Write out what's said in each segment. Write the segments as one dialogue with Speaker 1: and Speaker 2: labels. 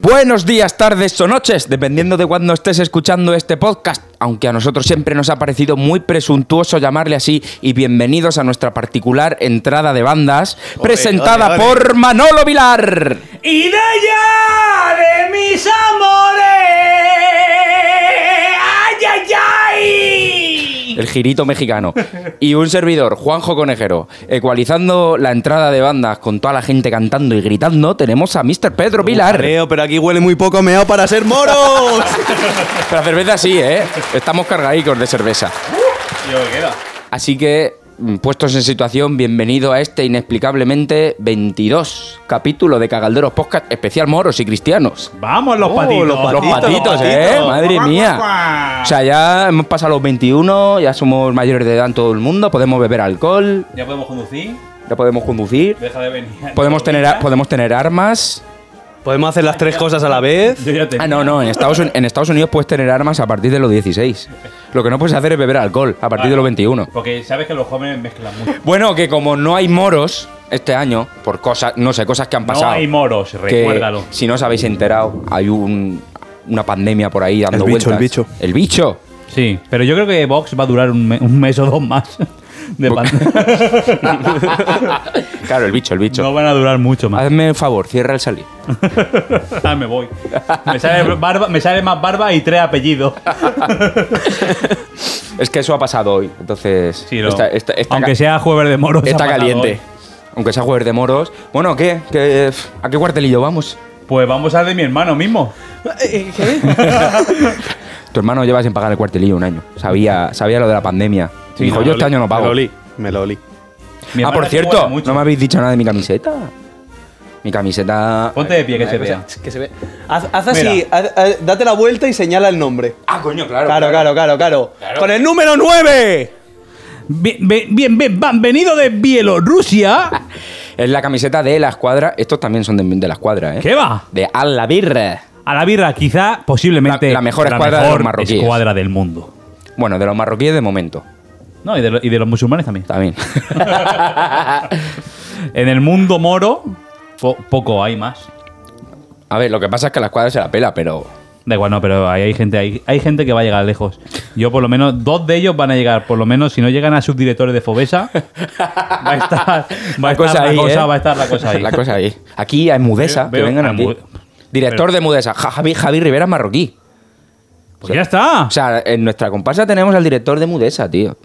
Speaker 1: Buenos días, tardes o noches, dependiendo de cuándo estés escuchando este podcast, aunque a nosotros siempre nos ha parecido muy presuntuoso llamarle así, y bienvenidos a nuestra particular entrada de bandas,
Speaker 2: Ole,
Speaker 1: presentada
Speaker 2: ole, ole.
Speaker 1: por Manolo Vilar.
Speaker 3: Y de allá de mis amores. ¡Ay, ay, ay!
Speaker 1: El girito mexicano. Y un servidor, Juanjo Conejero. Ecualizando la entrada de bandas con toda la gente cantando y gritando, tenemos a Mr.
Speaker 2: Uh,
Speaker 1: Pedro Vilar.
Speaker 2: Mareo, pero aquí huele muy poco a meao para ser moros.
Speaker 1: La cerveza sí, ¿eh? Estamos cargadicos de cerveza. Así que, mm, puestos en situación, bienvenido a este inexplicablemente 22 capítulo de Cagalderos Podcast especial moros y cristianos.
Speaker 3: Vamos, los
Speaker 2: Oh,
Speaker 3: patitos.
Speaker 2: los
Speaker 1: Los
Speaker 2: Patitos,
Speaker 1: patitos, ¿eh?
Speaker 2: patitos.
Speaker 1: Madre
Speaker 3: Guau,
Speaker 1: mía.
Speaker 3: guau.
Speaker 1: O sea, ya hemos pasado los 21, ya somos mayores de edad en todo el mundo, podemos beber alcohol,
Speaker 4: Ya podemos conducir,
Speaker 1: ya podemos conducir,
Speaker 4: deja de venir.
Speaker 1: podemos tener, a- podemos tener armas.
Speaker 2: Podemos hacer las tres cosas a la vez.
Speaker 4: Yo ya te.
Speaker 1: Ah, no, no, en Estados, Uni- en Estados Unidos puedes tener armas a partir de los 16. Lo que no puedes hacer es beber alcohol a partir de los 21.
Speaker 4: Porque sabes que los jóvenes mezclan mucho.
Speaker 1: Bueno, que como no hay moros este año, por cosas, no sé, cosas que han pasado.
Speaker 4: No hay moros,
Speaker 1: que
Speaker 4: recuérdalo.
Speaker 1: si no os habéis enterado, hay un- una pandemia por ahí dando
Speaker 2: El bicho,
Speaker 1: vueltas.
Speaker 2: el bicho.
Speaker 1: El bicho.
Speaker 4: Sí, pero yo creo que Vox va a durar un, me- un mes o dos más. De pan-
Speaker 1: Claro, el bicho, el bicho.
Speaker 4: no van a durar mucho más.
Speaker 1: Hazme el favor, cierra el salir.
Speaker 4: Ah, me voy. Me sale, barba, me sale más barba y tres apellidos.
Speaker 1: Es que eso ha pasado hoy, entonces.
Speaker 4: Sí, no.
Speaker 1: está- está- está
Speaker 4: Aunque
Speaker 1: ca-
Speaker 4: sea jueves de moros. ha
Speaker 1: está
Speaker 4: pasado
Speaker 1: caliente. Aunque sea jueves de moros. Bueno, ¿qué? ¿Qué- ¿A qué cuartelillo vamos?
Speaker 4: hoy. Pues vamos a de mi hermano mismo.
Speaker 2: Eh,
Speaker 1: Tu hermano lleva sin pagar el cuartelillo un año. Sabía, sabía lo de la pandemia.
Speaker 4: Sí,
Speaker 1: Dijo,
Speaker 4: me
Speaker 1: yo
Speaker 4: lo
Speaker 1: este
Speaker 4: li-
Speaker 1: año no
Speaker 2: Me lo
Speaker 1: pago.
Speaker 2: olí, me lo olí.
Speaker 4: Mi
Speaker 1: ah,
Speaker 4: hermano
Speaker 1: por
Speaker 4: es que
Speaker 1: cierto,
Speaker 4: huele mucho.
Speaker 1: no me habéis dicho nada de mi camiseta. Mi camiseta. pues,
Speaker 4: Ponte de pie que se vea.
Speaker 2: Que se ve. Haz, haz así,
Speaker 4: Mira.
Speaker 2: haz- haz- date la vuelta y señala el nombre.
Speaker 1: Ah, coño,
Speaker 2: Claro, claro, claro, claro. Con el número 9.
Speaker 4: Bien, bien, bien, bien- bienvenido de Bielorrusia.
Speaker 1: Es la camiseta de la escuadra. Estos también son de, de la escuadra, ¿eh?
Speaker 4: ¿Qué va?
Speaker 1: De Al la Birra.
Speaker 4: A la birra, quizá, posiblemente.
Speaker 1: La- la mejor escuadra de los
Speaker 4: mejor
Speaker 1: marroquíes.
Speaker 4: escuadra del mundo.
Speaker 1: Bueno, de los marroquíes de momento.
Speaker 4: No, y de, lo- y de los musulmanes también.
Speaker 1: También.
Speaker 4: En el mundo moro, po- poco hay más.
Speaker 1: A ver, lo que pasa es que la escuadra se la pela, pero.
Speaker 4: Da igual, no, pero ahí hay gente, hay, hay gente que va a llegar lejos. Yo, por lo menos, dos de ellos van a llegar. Por lo menos, si no llegan a subdirectores de Fobesa, va a estar, va a estar la cosa,
Speaker 1: ahí, ¿eh?
Speaker 4: va a estar la cosa ahí.
Speaker 1: La cosa ahí. Aquí hay Mudesa,
Speaker 4: Veo-
Speaker 1: que vengan
Speaker 4: a
Speaker 1: aquí.
Speaker 4: Mu-
Speaker 1: Director de Mudesa, Ja- Javi, Javi Rivera es marroquí.
Speaker 4: Pues ya está.
Speaker 1: O sea, en nuestra comparsa tenemos al director de Mudesa, tío.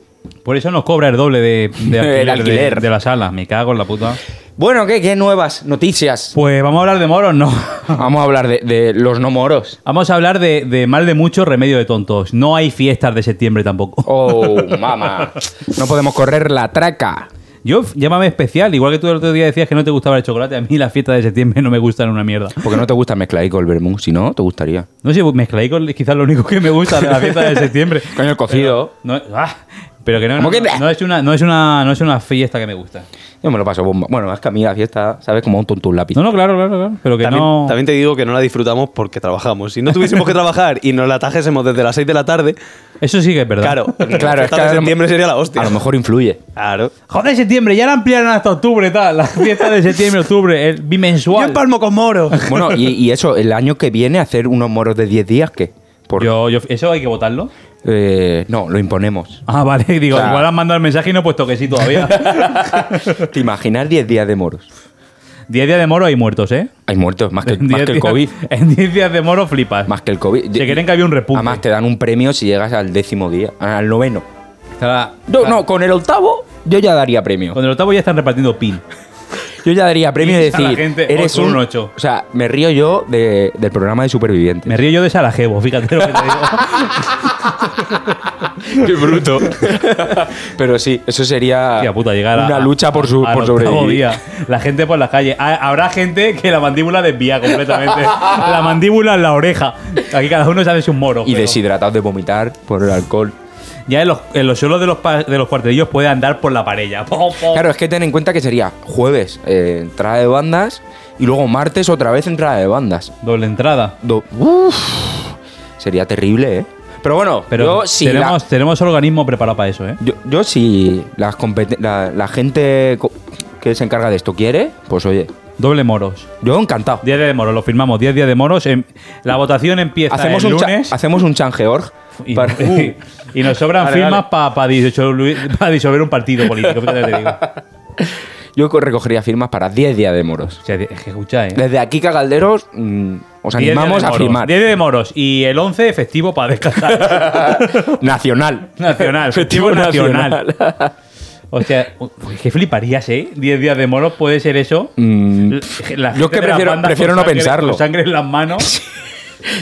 Speaker 4: Por eso nos cobra el doble de, de
Speaker 1: El
Speaker 4: alquiler, de-
Speaker 1: alquiler.
Speaker 4: De, la sala. Me cago en la puta.
Speaker 1: Bueno, ¿qué, qué nuevas noticias?
Speaker 4: Pues vamos a hablar de moros, no.
Speaker 1: Vamos a hablar de, de los no moros.
Speaker 4: Vamos a hablar de, de mal de mucho, remedio de tontos. No hay fiestas de septiembre tampoco.
Speaker 1: Oh, mamá. No podemos correr la traca.
Speaker 4: Yo f- llámame especial, igual que tú el otro día decías que no te gustaba el chocolate, a mí las fiestas de septiembre no me gustan una mierda.
Speaker 1: Porque no te gusta mezclar ahí con el vermú, si no, te gustaría.
Speaker 4: No sé, mezclé con quizás lo único que me gusta de la fiesta de septiembre.
Speaker 1: Coño, el cocido.
Speaker 4: No, ah, pero que no,
Speaker 1: ¿Cómo
Speaker 4: no,
Speaker 1: que-
Speaker 4: no es una, no, es una, no es una fiesta que me gusta.
Speaker 1: Yo me lo paso bomba. Bueno, es que a mí la fiesta, ¿sabes? Como un tonto un lápiz.
Speaker 4: No, no, claro, claro, claro. Pero que
Speaker 2: También,
Speaker 4: no.
Speaker 2: también te digo que no la disfrutamos porque trabajamos. Si no tuviésemos que trabajar y nos la tajésemos desde las 6 de la tarde,
Speaker 4: Eso sí que es verdad.
Speaker 2: claro,
Speaker 1: Claro, es que
Speaker 2: en
Speaker 1: a lo-
Speaker 2: septiembre sería la hostia.
Speaker 1: A lo mejor influye.
Speaker 2: Claro.
Speaker 4: Joder, septiembre, ya la ampliaron hasta octubre, tal. La fiesta de septiembre, octubre, el
Speaker 2: Yo
Speaker 4: bimensual.
Speaker 2: empalmo con moro.
Speaker 1: Bueno, y, y eso, el año que viene hacer unos moros de 10 días, ¿qué? Por,
Speaker 4: Yo, yo- ¿Eso hay que votarlo?
Speaker 1: eh, no, lo imponemos.
Speaker 4: Ah, vale, digo,
Speaker 1: O sea-
Speaker 4: igual han mandado el mensaje y no he puesto que sí todavía.
Speaker 1: ¿Te imaginas 10 días de moros?
Speaker 4: 10 días de moro hay muertos, ¿eh?
Speaker 1: Hay muertos, más que,
Speaker 4: En
Speaker 1: más
Speaker 4: 10
Speaker 1: que el
Speaker 4: días-
Speaker 1: COVID.
Speaker 4: En 10 días de moro flipas.
Speaker 1: Más que el COVID.
Speaker 4: Se creen que había un repunte.
Speaker 1: Además, te dan un premio si llegas al décimo día, al noveno.
Speaker 4: Estará-
Speaker 1: No, no, con el octavo yo ya daría premio.
Speaker 4: Con el octavo ya están repartiendo pin.
Speaker 1: Yo ya daría premio y
Speaker 4: Y a la
Speaker 1: decir,
Speaker 4: gente,
Speaker 1: eres
Speaker 4: otro,
Speaker 1: un
Speaker 4: un ocho.
Speaker 1: O sea, me río yo de- del programa de supervivientes.
Speaker 4: Me río yo de Sarajevo, fíjate lo que te digo.
Speaker 1: Qué bruto. Pero sí, eso sería
Speaker 4: Hostia puta, llegar a-
Speaker 1: una lucha por, su,
Speaker 4: al
Speaker 1: por
Speaker 4: octavo
Speaker 1: sobrevivir.
Speaker 4: día. La gente por la calle. Ha- Habrá gente que la mandíbula desvía completamente. la mandíbula en la oreja. Aquí cada uno sabe un moro.
Speaker 1: Y
Speaker 4: pero-
Speaker 1: deshidratados de vomitar por el alcohol.
Speaker 4: Ya en los, en los suelos de los, pa- de los cuartelillos puede andar por la pared ya.
Speaker 1: Oh,
Speaker 4: Po, po.
Speaker 1: Claro, es que ten en cuenta que sería jueves eh, entrada de bandas y luego martes otra vez entrada de bandas.
Speaker 4: Doble entrada.
Speaker 1: Do- Uf, sería terrible, ¿eh? Pero bueno,
Speaker 4: Pero
Speaker 1: yo si la-
Speaker 4: tenemos, tenemos organismo preparado para eso, ¿eh?
Speaker 1: Yo, yo si las compet- la, la gente co- que se encarga de esto quiere, pues oye,
Speaker 4: Doble moros.
Speaker 1: Yo encantado.
Speaker 4: 10 días de moros, lo firmamos. 10 días de moros. Em- La votación empieza
Speaker 1: Hacemos
Speaker 4: el
Speaker 1: un, cha-
Speaker 4: lunes.
Speaker 1: hacemos un changeorg.
Speaker 4: Y,
Speaker 1: para-
Speaker 4: uh, y nos sobran
Speaker 2: Vale,
Speaker 4: firmas
Speaker 2: vale.
Speaker 4: para disolver un partido político. fíjate lo que te digo.
Speaker 1: Yo co- recogería firmas para 10 días de moros.
Speaker 4: O sea, es que escucha, ¿eh?
Speaker 1: Desde aquí, Cagalderos, mm, os
Speaker 4: 10 días
Speaker 1: animamos
Speaker 4: de
Speaker 1: a
Speaker 4: moros,
Speaker 1: firmar.
Speaker 4: 10 días de moros y el 11 efectivo para descansar.
Speaker 1: Nacional.
Speaker 4: nacional.
Speaker 1: Efectivo
Speaker 4: Efectivo nacional.
Speaker 1: nacional.
Speaker 4: O sea, uy, que fliparías, ¿eh? 10 días de moros puede ser eso.
Speaker 1: Mm,
Speaker 4: La gente
Speaker 1: yo es que
Speaker 4: de las
Speaker 1: prefiero-
Speaker 4: bandas
Speaker 1: prefiero
Speaker 4: con
Speaker 1: no
Speaker 4: sangre-
Speaker 1: pensarlo.
Speaker 4: con sangre en las manos,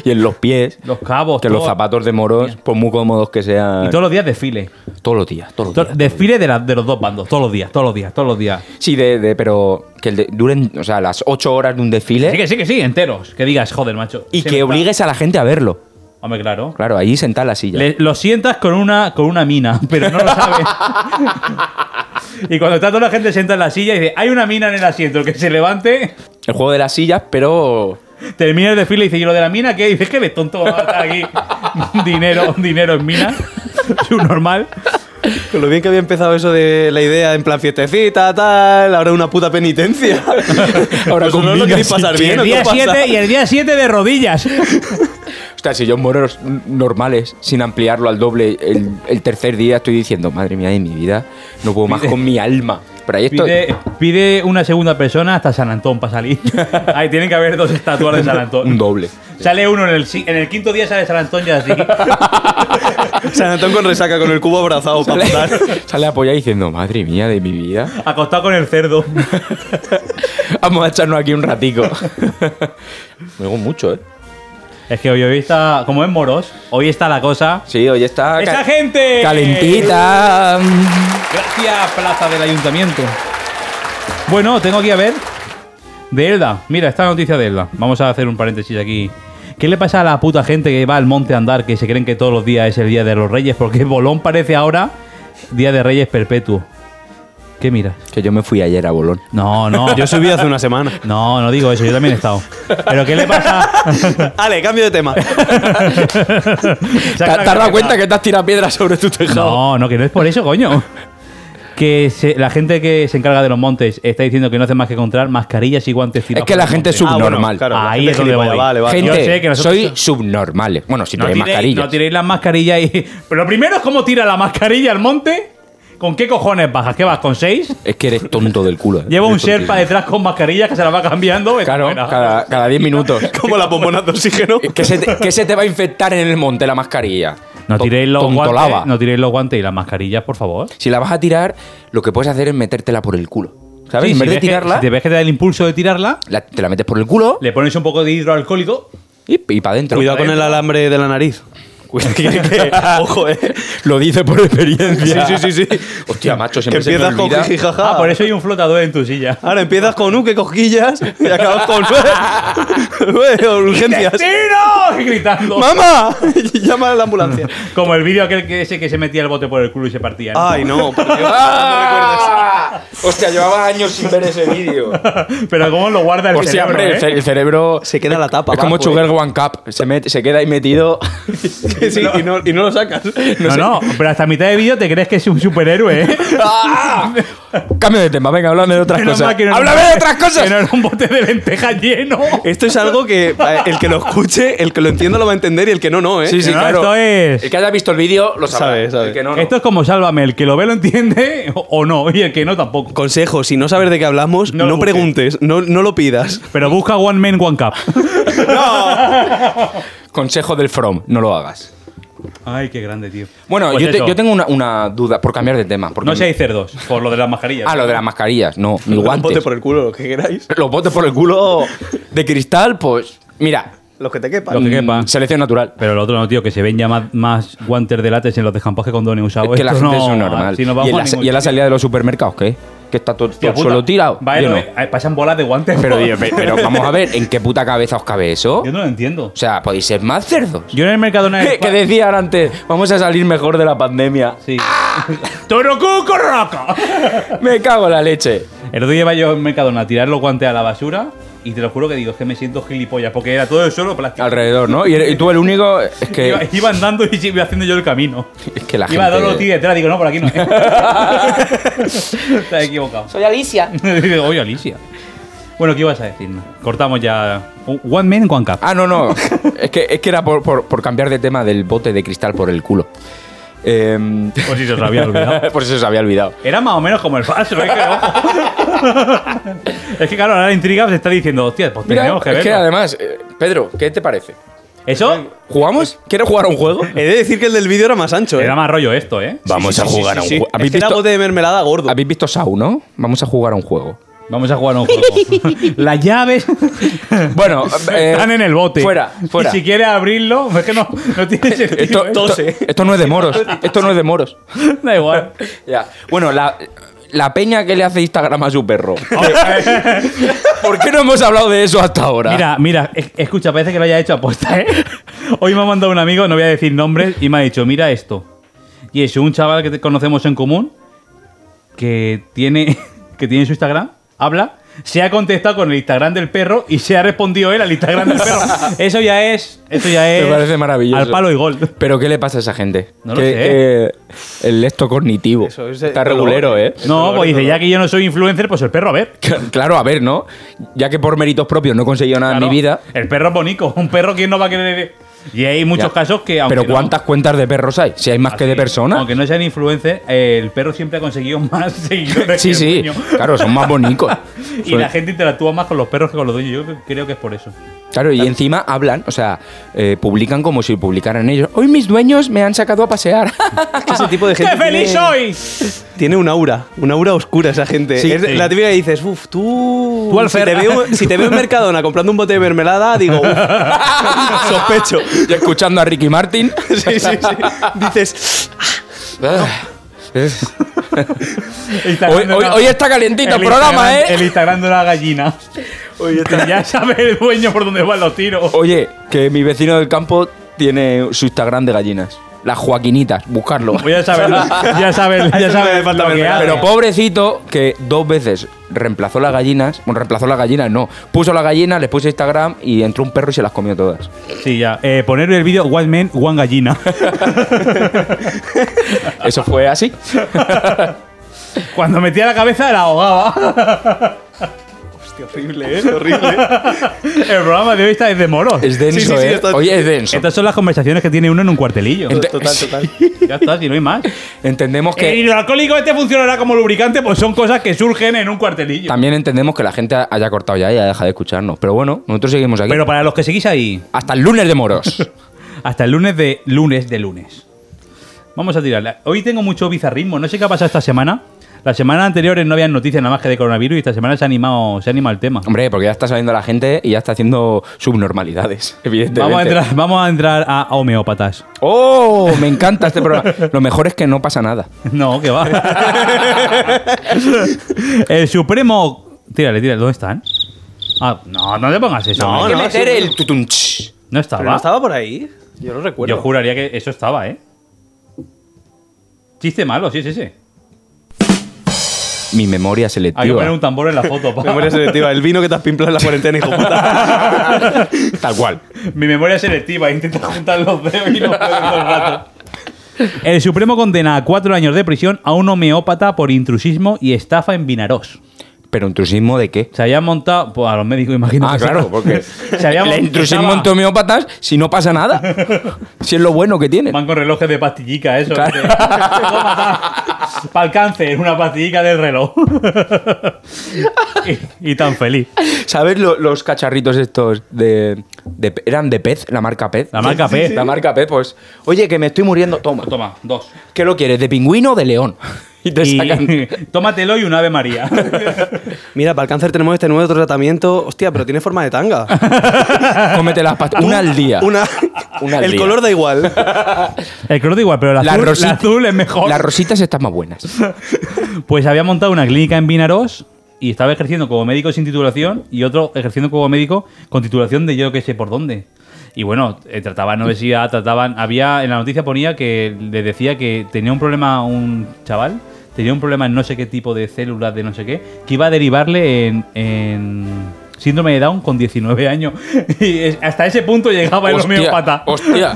Speaker 1: y en los pies.
Speaker 4: los cabos,
Speaker 1: que
Speaker 4: todo.
Speaker 1: los zapatos de moros, por muy cómodos que sean.
Speaker 4: Y todos los días desfile.
Speaker 1: Todos los días, todos los
Speaker 4: To-
Speaker 1: días.
Speaker 4: Desfile de, la- de los dos bandos, todos los días, todos los días, todos los días.
Speaker 1: Sí, de, de- pero que el de- duren, o sea, las 8 horas de un desfile
Speaker 4: Sí, que sí, que sí, enteros. Que digas, joder, macho.
Speaker 1: ¿Eh? y
Speaker 4: se
Speaker 1: que
Speaker 4: me está-
Speaker 1: obligues a la gente a verlo.
Speaker 4: Hombre, claro.
Speaker 1: Claro, ahí sentar la silla.
Speaker 4: Le- lo sientas con una, con una mina, pero no lo sabes. y cuando está toda la gente sentada en la silla y dice, hay una mina en el asiento, el que se levante,
Speaker 1: El juego de las sillas, pero.
Speaker 4: termina el desfile y dice, ¿y lo de la mina qué? Y dices, ¿qué ves, tonto? Va a estar aquí. dinero, dinero en mina. Su normal.
Speaker 2: Con lo bien que había empezado eso de la idea en plan fiestecita, tal, ahora una puta penitencia.
Speaker 1: Ahora
Speaker 2: Vosotros
Speaker 1: con
Speaker 2: no lo
Speaker 1: vigas
Speaker 2: queréis
Speaker 1: y
Speaker 2: pasar
Speaker 1: té.
Speaker 2: bien,
Speaker 4: El
Speaker 2: ¿o qué
Speaker 4: día
Speaker 2: pasa?
Speaker 4: 7 y el día 7 de rodillas.
Speaker 1: Hostia, si yo moros normales, sin ampliarlo al doble, el, el tercer día estoy diciendo, madre mía de mi vida, no puedo más con mi alma. Pero ahí estoy.
Speaker 4: Pide, pide una segunda persona hasta San Antón para salir. Ahí tienen que haber dos estatuas de San
Speaker 1: Un
Speaker 4: Antón.
Speaker 1: doble.
Speaker 4: Sale uno en el, si- en el quinto día, sale San Antón ya así.
Speaker 2: San Antón con resaca, con el cubo abrazado para votar.
Speaker 1: Sale apoyado diciendo, madre mía de mi vida.
Speaker 4: Acostado con el cerdo.
Speaker 1: Vamos a echarnos aquí un ratico. Me digo mucho, ¿eh?
Speaker 4: Es que hoy, hoy está, como es moros, hoy está la cosa.
Speaker 1: Sí, hoy está
Speaker 4: ¡Esa
Speaker 1: ca-
Speaker 4: gente!
Speaker 1: calentita.
Speaker 4: Gracias, plaza del ayuntamiento. Bueno, tengo aquí a ver. De Elda. Mira, esta noticia de Elda. Vamos a hacer un paréntesis aquí. ¿Qué le pasa a la puta gente que va al monte a andar, que se creen que todos los días es el Día de los Reyes? Porque Bolón parece ahora Día de Reyes perpetuo. ¿Qué miras?
Speaker 1: Que yo me fui ayer a Bolón.
Speaker 4: No, no.
Speaker 2: Yo subí hace una semana.
Speaker 4: No, no digo eso. Yo también he estado. ¿Pero qué le pasa?
Speaker 2: Ale, cambio de tema.
Speaker 1: ¿Te, te has dado cuenta que te has tirado piedras sobre tu tejado?
Speaker 4: No, no, que no es por eso, coño. Que se- la gente que se encarga de los montes está diciendo que no hace más que comprar mascarillas y guantes. tirados
Speaker 1: que
Speaker 4: por
Speaker 1: la
Speaker 4: los
Speaker 1: gente
Speaker 4: montes.
Speaker 1: sub-
Speaker 2: Ah,
Speaker 1: Subnormal.
Speaker 4: Ahí
Speaker 2: gente
Speaker 4: es donde
Speaker 2: gilipollas,
Speaker 4: voy.
Speaker 2: Vale, vale.
Speaker 4: Yo
Speaker 1: Gente,
Speaker 4: sé que nosotros-
Speaker 1: soy subnormales. Bueno, si
Speaker 4: No
Speaker 1: tenéis
Speaker 4: tiréis,
Speaker 1: mascarillas.
Speaker 4: no tiréis las mascarillas y... Pero lo primero es cómo tira la mascarilla al monte. ¿Con qué cojones bajas? ¿Qué vas? ¿Con seis?
Speaker 1: Es que eres tonto del culo. ¿eh?
Speaker 4: Lleva un
Speaker 1: Eres
Speaker 4: Sherpa
Speaker 1: tontísimo.
Speaker 4: detrás con mascarillas que se la va cambiando.
Speaker 1: Claro,
Speaker 4: Bueno,
Speaker 1: cada cada 10 minutos.
Speaker 2: Como la bombona de oxígeno.
Speaker 1: ¿Qué se, te, qué se te va a infectar en el monte la mascarilla?
Speaker 4: No
Speaker 1: To-
Speaker 4: tiréis, los
Speaker 1: tontolaba.
Speaker 4: guantes, no tiréis los guantes y las mascarillas, por favor.
Speaker 1: Si la vas a tirar, lo que puedes hacer es metértela por el culo. ¿Sabes?
Speaker 4: Sí,
Speaker 1: en vez
Speaker 4: si
Speaker 1: de
Speaker 4: ves que-
Speaker 1: tirarla,
Speaker 4: si te ves que te da el impulso de tirarla,
Speaker 1: la- te la metes por el culo
Speaker 4: le pones un poco de hidroalcohólico
Speaker 1: y, para adentro.
Speaker 2: Cuidado con el alambre de la nariz. Cuidado que, que- ojo, eh.
Speaker 1: Lo dice por experiencia.
Speaker 2: Sí, sí, sí, sí.
Speaker 1: Hostia, macho,
Speaker 2: Que
Speaker 1: siempre se me
Speaker 2: empiezas con
Speaker 1: olvida.
Speaker 2: jijijaja.
Speaker 4: Ah, por eso hay un flotador en tu silla.
Speaker 2: Ahora empiezas con uh, que cosquillas y acabas con eh, urgencias.
Speaker 4: ¡Tiro! Y gritando.
Speaker 2: ¡Mamá! Llama a la ambulancia.
Speaker 4: Como el vídeo aquel que ese que se metía el bote por el culo y se partía. ¿no?
Speaker 2: Ay, no, por Dios, no recuerdes.
Speaker 1: ¡Ah! Hostia, llevaba años sin ver ese vídeo.
Speaker 4: Pero cómo lo guarda el
Speaker 1: Hostia,
Speaker 4: cerebro,
Speaker 1: hombre,
Speaker 4: ¿eh?
Speaker 1: el, ce- el cerebro
Speaker 2: Se queda la tapa.
Speaker 1: es como
Speaker 2: abajo,
Speaker 1: Sugar One Cup. Se, met- se queda ahí metido.
Speaker 2: eh. Sí, y, no, y no lo sacas.
Speaker 4: No, no, pero hasta mitad de vídeo te crees que es un superhéroe, ¿eh?
Speaker 1: ¡Ah! Cambio de tema, venga, háblame de otras
Speaker 4: Menos
Speaker 1: cosas.
Speaker 4: mal que no era un-
Speaker 1: ¡Háblame de otras cosas!
Speaker 4: Que no era un bote de lentejas lleno.
Speaker 2: Esto es algo que eh, el que lo escuche, el que lo entienda lo va a entender y el que no, no, ¿eh?
Speaker 1: Sí, sí,
Speaker 4: No,
Speaker 1: claro.
Speaker 4: esto es-
Speaker 1: El que haya visto el vídeo lo sabrá.
Speaker 2: Sabe, sabe.
Speaker 1: El que no, no.
Speaker 4: Esto es como Sálvame, el que lo ve lo entiende o- o no, y el que no tampoco.
Speaker 2: Consejo, si no sabes de qué hablamos,
Speaker 4: No
Speaker 2: no,
Speaker 4: lo busques.
Speaker 2: preguntes, no, no lo pidas.
Speaker 4: Pero busca One Man, One Cup.
Speaker 1: Consejo del From, no lo hagas.
Speaker 4: Ay, qué grande, tío.
Speaker 1: Bueno,
Speaker 4: Pues
Speaker 1: yo, te-
Speaker 4: eso.
Speaker 1: yo tengo una, una duda, por cambiar de tema. Porque
Speaker 4: No seáis cerdos, por lo de las mascarillas.
Speaker 1: Ah, lo de las mascarillas, no, mi
Speaker 2: Ponte
Speaker 1: guantes.
Speaker 2: por el culo, lo que queráis.
Speaker 1: Los botes por el culo de cristal, pues mira,
Speaker 2: Los que te
Speaker 4: Lo
Speaker 2: quepan.
Speaker 4: que quepa.
Speaker 1: mm, selección natural.
Speaker 4: Pero el otro no, tío, que se ven ya más, más guantes de látex en los descampados que condones usados.
Speaker 1: Es que la
Speaker 4: Ah, Esto
Speaker 1: gente
Speaker 4: no,
Speaker 1: es normal.
Speaker 4: así no vamos
Speaker 1: y, en la,
Speaker 4: a ningún
Speaker 1: y en la
Speaker 4: sitio.
Speaker 1: salida de los supermercados, ¿qué? Que está todo,
Speaker 4: Hostia
Speaker 1: todo el
Speaker 4: puta.
Speaker 1: suelo tirado.
Speaker 4: Vale,
Speaker 1: Yo no.
Speaker 4: eh, pasan bolas de guantes.
Speaker 1: Pero,
Speaker 4: bro.
Speaker 1: tío, pe- pero vamos a ver, ¿en qué puta cabeza os cabe eso?
Speaker 4: Yo no lo entiendo.
Speaker 1: O sea, podéis ser más cerdos.
Speaker 4: Yo en el Mercadona de
Speaker 1: que decía antes, vamos a salir mejor de la pandemia.
Speaker 4: Sí. ¡Torocu, corroca!
Speaker 1: Me cago en la leche.
Speaker 4: El otro día iba yo al Mercadona a tirar los guantes a la basura y te lo juro que digo, es que me siento gilipollas porque era todo el suelo plástico.
Speaker 1: Alrededor, ¿no? Y, y tú el único es
Speaker 4: Iba,
Speaker 1: Ah, que,
Speaker 4: iba andando y iba haciendo yo el camino.
Speaker 1: es que la
Speaker 4: iba a Dorothy
Speaker 1: gente...
Speaker 4: detrás, digo, no, por aquí no. Estás equivocado.
Speaker 5: Soy Alicia.
Speaker 4: Digo, Oye, Alicia. Bueno, ¿qué ibas a decir? Cortamos ya. One man, one cup.
Speaker 1: Ah, no, no. es, que, es que era por, por- por cambiar de tema del bote de cristal por el culo. Em,
Speaker 4: Por si se os había olvidado.
Speaker 1: por eso se os había olvidado.
Speaker 4: Era más o menos como el falso, es que ojo. es que claro, ahora la intriga se está diciendo, hostia, pues
Speaker 1: Mira,
Speaker 4: tenemos que
Speaker 1: es que
Speaker 4: ver.
Speaker 1: además, eh, Pedro, ¿qué te parece?
Speaker 4: Eso
Speaker 1: ¿Jugamos? ¿Quieres jugar a un juego?
Speaker 2: He de decir que el del vídeo era más ancho, ¿eh?
Speaker 4: era más rollo esto, ¿eh?
Speaker 1: Vamos a jugar a un juego.
Speaker 2: Es
Speaker 1: ¿Habéis
Speaker 2: que era
Speaker 1: visto,
Speaker 2: bote de mermelada gordo.
Speaker 1: habéis visto Saw, no? Vamos a jugar a un juego.
Speaker 4: Vamos a jugar a un juego. Las llaves
Speaker 1: Bueno, eh,
Speaker 4: están en el bote.
Speaker 1: Fuera, fuera.
Speaker 4: Y si quieres abrirlo, es que no, no tiene sentido.
Speaker 1: Esto, esto-
Speaker 2: tose.
Speaker 1: esto no es de moros. Esto no es de moros.
Speaker 4: da igual.
Speaker 1: Ya. Bueno, la, la peña que le hace Instagram a su perro. Eh, ¿Por qué no hemos hablado de eso hasta ahora?
Speaker 4: Mira, mira, es- escucha, parece que lo haya hecho aposta, ¿eh? Hoy me ha mandado un amigo, no voy a decir nombres, y me ha dicho, mira esto. Y es un chaval que te- conocemos en común, que tiene, que tiene su Instagram, habla, se ha contestado con el Instagram del perro y se ha respondido él al Instagram del perro. Eso ya es, eso ya es...
Speaker 1: Me parece maravilloso.
Speaker 4: Al palo y gol.
Speaker 1: ¿Pero qué le pasa a esa gente?
Speaker 4: No lo
Speaker 1: Que,
Speaker 4: sé.
Speaker 1: eh, el esto cognitivo.
Speaker 2: Eso, ese
Speaker 1: Está
Speaker 2: dolor.
Speaker 1: regulero, ¿eh?
Speaker 4: No, pues dice, ya que yo no soy influencer, pues el perro, a ver.
Speaker 1: Claro, a ver, ¿no? Ya que por méritos propios no he conseguido nada
Speaker 4: Claro,
Speaker 1: en Ah, mi vida.
Speaker 4: El perro es bonito, un perro quien no va a querer... Y hay muchos
Speaker 1: Ya.
Speaker 4: casos que... aunque
Speaker 1: Pero
Speaker 4: no-
Speaker 1: ¿cuántas cuentas de perros hay? Si hay más que de
Speaker 4: Así,
Speaker 1: personas.
Speaker 4: Aunque no sean influencers, eh, el perro siempre ha conseguido más seguidores. que
Speaker 1: Sí,
Speaker 4: el
Speaker 1: sí.
Speaker 4: dueño.
Speaker 1: Claro, son más bonitos.
Speaker 4: Y la gente interactúa más con los perros que con los dueños. Yo creo que es por eso.
Speaker 1: Claro, y encima hablan, o sea, eh, publican como si publicaran ellos. Hoy mis dueños me han sacado a pasear.
Speaker 2: Es que ese tipo de gente.
Speaker 4: ¡Qué feliz
Speaker 2: tiene,
Speaker 4: soy!
Speaker 2: Tiene un aura, un aura oscura esa gente.
Speaker 4: Sí,
Speaker 2: Es
Speaker 4: sí.
Speaker 2: La típica que dices, uff, tú.
Speaker 4: Tú,
Speaker 2: si,
Speaker 4: Alfer.
Speaker 2: te veo, si te veo en Mercadona comprando un bote de mermelada, digo, uff, sospecho.
Speaker 1: y escuchando a Ricky Martin.
Speaker 2: Sí, sí, sí. Dices,
Speaker 4: Ah. Instagram
Speaker 1: hoy,
Speaker 4: de
Speaker 1: hoy-
Speaker 4: una-
Speaker 1: hoy está calientito el
Speaker 4: Instagram-
Speaker 1: programa, ¿eh?
Speaker 4: El Instagram de una gallina. Que ya sabe el dueño por dónde van los tiros.
Speaker 1: Oye, que mi vecino del campo tiene su Instagram de gallinas. Las Joaquinitas, buscarlo.
Speaker 4: Pues ya sabe, ya sabe,
Speaker 2: Eso
Speaker 4: ya
Speaker 2: no
Speaker 4: sabe
Speaker 2: me falta
Speaker 4: lo que
Speaker 2: vergüenza.
Speaker 4: hace.
Speaker 1: Pero pobrecito que dos veces reemplazó las gallinas. Bueno, reemplazó las gallinas, no. Puso las gallinas, les puso Instagram y entró un perro y se las comió todas.
Speaker 4: Sí, ya. Eh, poner el vídeo One Man, One Gallina.
Speaker 1: Eso fue así.
Speaker 4: Cuando metía la cabeza la ahogaba.
Speaker 2: hostia, horrible, ¿eh? Horrible.
Speaker 4: El programa de hoy está desde moros.
Speaker 1: Es denso,
Speaker 2: Sí, sí, sí,
Speaker 1: ¿eh?
Speaker 2: está-
Speaker 1: Oye, es denso.
Speaker 4: Estas son las conversaciones que tiene uno en un cuartelillo.
Speaker 1: Ent-
Speaker 2: Total, total.
Speaker 4: Ya está, si no hay más.
Speaker 1: Entendemos que...
Speaker 4: Y el alcohólico este funcionará como lubricante, pues son cosas que surgen en un cuartelillo.
Speaker 1: También entendemos que la gente haya cortado ya y haya dejado de escucharnos. Pero bueno, nosotros seguimos aquí.
Speaker 4: Pero para los que seguís ahí,
Speaker 1: Hasta el lunes de moros.
Speaker 4: hasta el lunes de lunes de lunes. Vamos a tirarla. Hoy tengo mucho bizarrismo. No sé qué ha pasado esta semana. La semana anterior no había noticias nada más que de coronavirus y esta semana se ha animado, se ha animado el tema.
Speaker 1: Hombre, porque ya está saliendo la gente y ya está haciendo subnormalidades, evidentemente.
Speaker 4: Vamos a, entrar, vamos a entrar a homeópatas.
Speaker 1: ¡Oh! Me encanta este programa. Lo mejor es que no pasa nada.
Speaker 4: No, que va. el Supremo. Tírale, tírale. ¿Dónde están? Ah, no, no te pongas eso.
Speaker 2: No,
Speaker 4: hombre.
Speaker 2: no.
Speaker 1: meter
Speaker 2: sí,
Speaker 1: el tutunch.
Speaker 4: No estaba.
Speaker 2: ¿Pero no estaba por ahí? Yo no recuerdo.
Speaker 4: Yo juraría que eso estaba, ¿eh? Chiste malo, sí, sí, sí.
Speaker 1: Mi memoria
Speaker 4: Hay que poner
Speaker 1: selectiva.
Speaker 4: un tambor en la foto. pa.
Speaker 2: Memoria selectiva, el vino que te has pimplado en la cuarentena, hijo puta.
Speaker 1: Tal cual.
Speaker 4: Mi memoria es selectiva, intenta juntar los dedos y no puedo todo el rato. El Supremo condena a cuatro años de prisión a un homeópata por intrusismo y estafa en Vinarós.
Speaker 1: ¿Pero intrusismo de qué?
Speaker 4: Se había montado. Pues a los médicos, imagino.
Speaker 1: Ah,
Speaker 4: que
Speaker 1: claro,
Speaker 4: se-
Speaker 1: porque
Speaker 4: Se había
Speaker 1: el
Speaker 4: montado-
Speaker 1: intrusismo
Speaker 4: estaba-
Speaker 1: entre homeópatas si no pasa nada. Si es lo bueno que tiene.
Speaker 4: Van con relojes de pastillica, eso.
Speaker 1: Claro.
Speaker 4: Para el cáncer, una pastillica del reloj. y- y tan feliz.
Speaker 1: ¿Sabes lo- los cacharritos estos de, de- ¿Eran de pez? La marca pez.
Speaker 4: La marca
Speaker 1: Sí,
Speaker 4: Pez.
Speaker 1: sí. La marca pez, pues. Oye, que me estoy muriendo. Toma.
Speaker 4: Toma, dos.
Speaker 1: ¿Qué lo quieres? ¿De pingüino o de león? Y te
Speaker 4: Y-
Speaker 1: sacan.
Speaker 4: tómatelo y un ave María.
Speaker 2: Mira, para el cáncer tenemos este nuevo tratamiento. Hostia, pero tiene forma de tanga.
Speaker 1: Cómete las pastas. Una al día.
Speaker 2: Una,
Speaker 1: Una al
Speaker 2: el
Speaker 1: día.
Speaker 2: color da igual.
Speaker 4: El color da igual, pero el azul,
Speaker 1: La
Speaker 4: la
Speaker 1: rosita-
Speaker 4: azul es mejor.
Speaker 1: Las rositas están más buenas.
Speaker 4: pues había montado una clínica en Vinarós y estaba ejerciendo como médico sin titulación y otro ejerciendo como médico con titulación de yo que sé por dónde. Y bueno, eh, trataban obesidad, trataban. Había. En la noticia ponía que le decía que tenía un problema un chaval, tenía un problema en no sé qué tipo de células de no sé qué, que iba a derivarle en. en Síndrome de Down con 19 años. Y es- hasta ese punto llegaba el
Speaker 1: Hostia,
Speaker 4: homeópata.
Speaker 1: Hostia.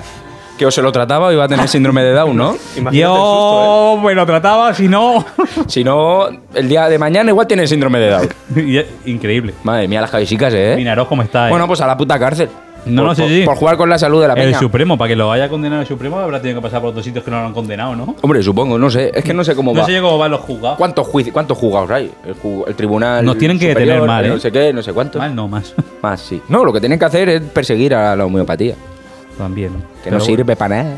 Speaker 1: que o se lo trataba o iba a tener síndrome de Down, ¿no?
Speaker 2: Imagínate el susto, ¿eh?
Speaker 4: Yo me pues lo trataba, si no.
Speaker 1: Si no, el día de mañana igual tiene síndrome de Down.
Speaker 4: Y es Increíble.
Speaker 1: Madre mía, las cabecicas, ¿eh?
Speaker 4: Minaros cómo está. eh.
Speaker 1: Bueno, pues a la puta cárcel.
Speaker 4: No,
Speaker 1: por,
Speaker 4: no, sí,
Speaker 1: por-
Speaker 4: sí.
Speaker 1: por jugar con la salud de la
Speaker 4: el
Speaker 1: peña.
Speaker 4: Supremo, para que lo haya condenado el Supremo, habrá tenido que pasar por otros sitios que no lo han condenado, ¿no?
Speaker 1: Hombre, supongo, no sé. Es que no sé cómo
Speaker 4: No
Speaker 1: va.
Speaker 4: sé yo cómo van los juzgados.
Speaker 1: ¿Cuántos, juicios, ¿Cuántos juzgados hay? El, ju- el tribunal.
Speaker 4: Nos tienen que
Speaker 1: superior,
Speaker 4: detener mal,
Speaker 1: el
Speaker 4: ¿eh?
Speaker 1: No sé qué, no sé cuántos.
Speaker 4: Mal no más.
Speaker 1: Más, sí. No, lo que tienen que hacer es perseguir a la homeopatía.
Speaker 4: También.
Speaker 1: Que
Speaker 4: Pero
Speaker 1: no
Speaker 4: bueno,
Speaker 1: sirve para nada.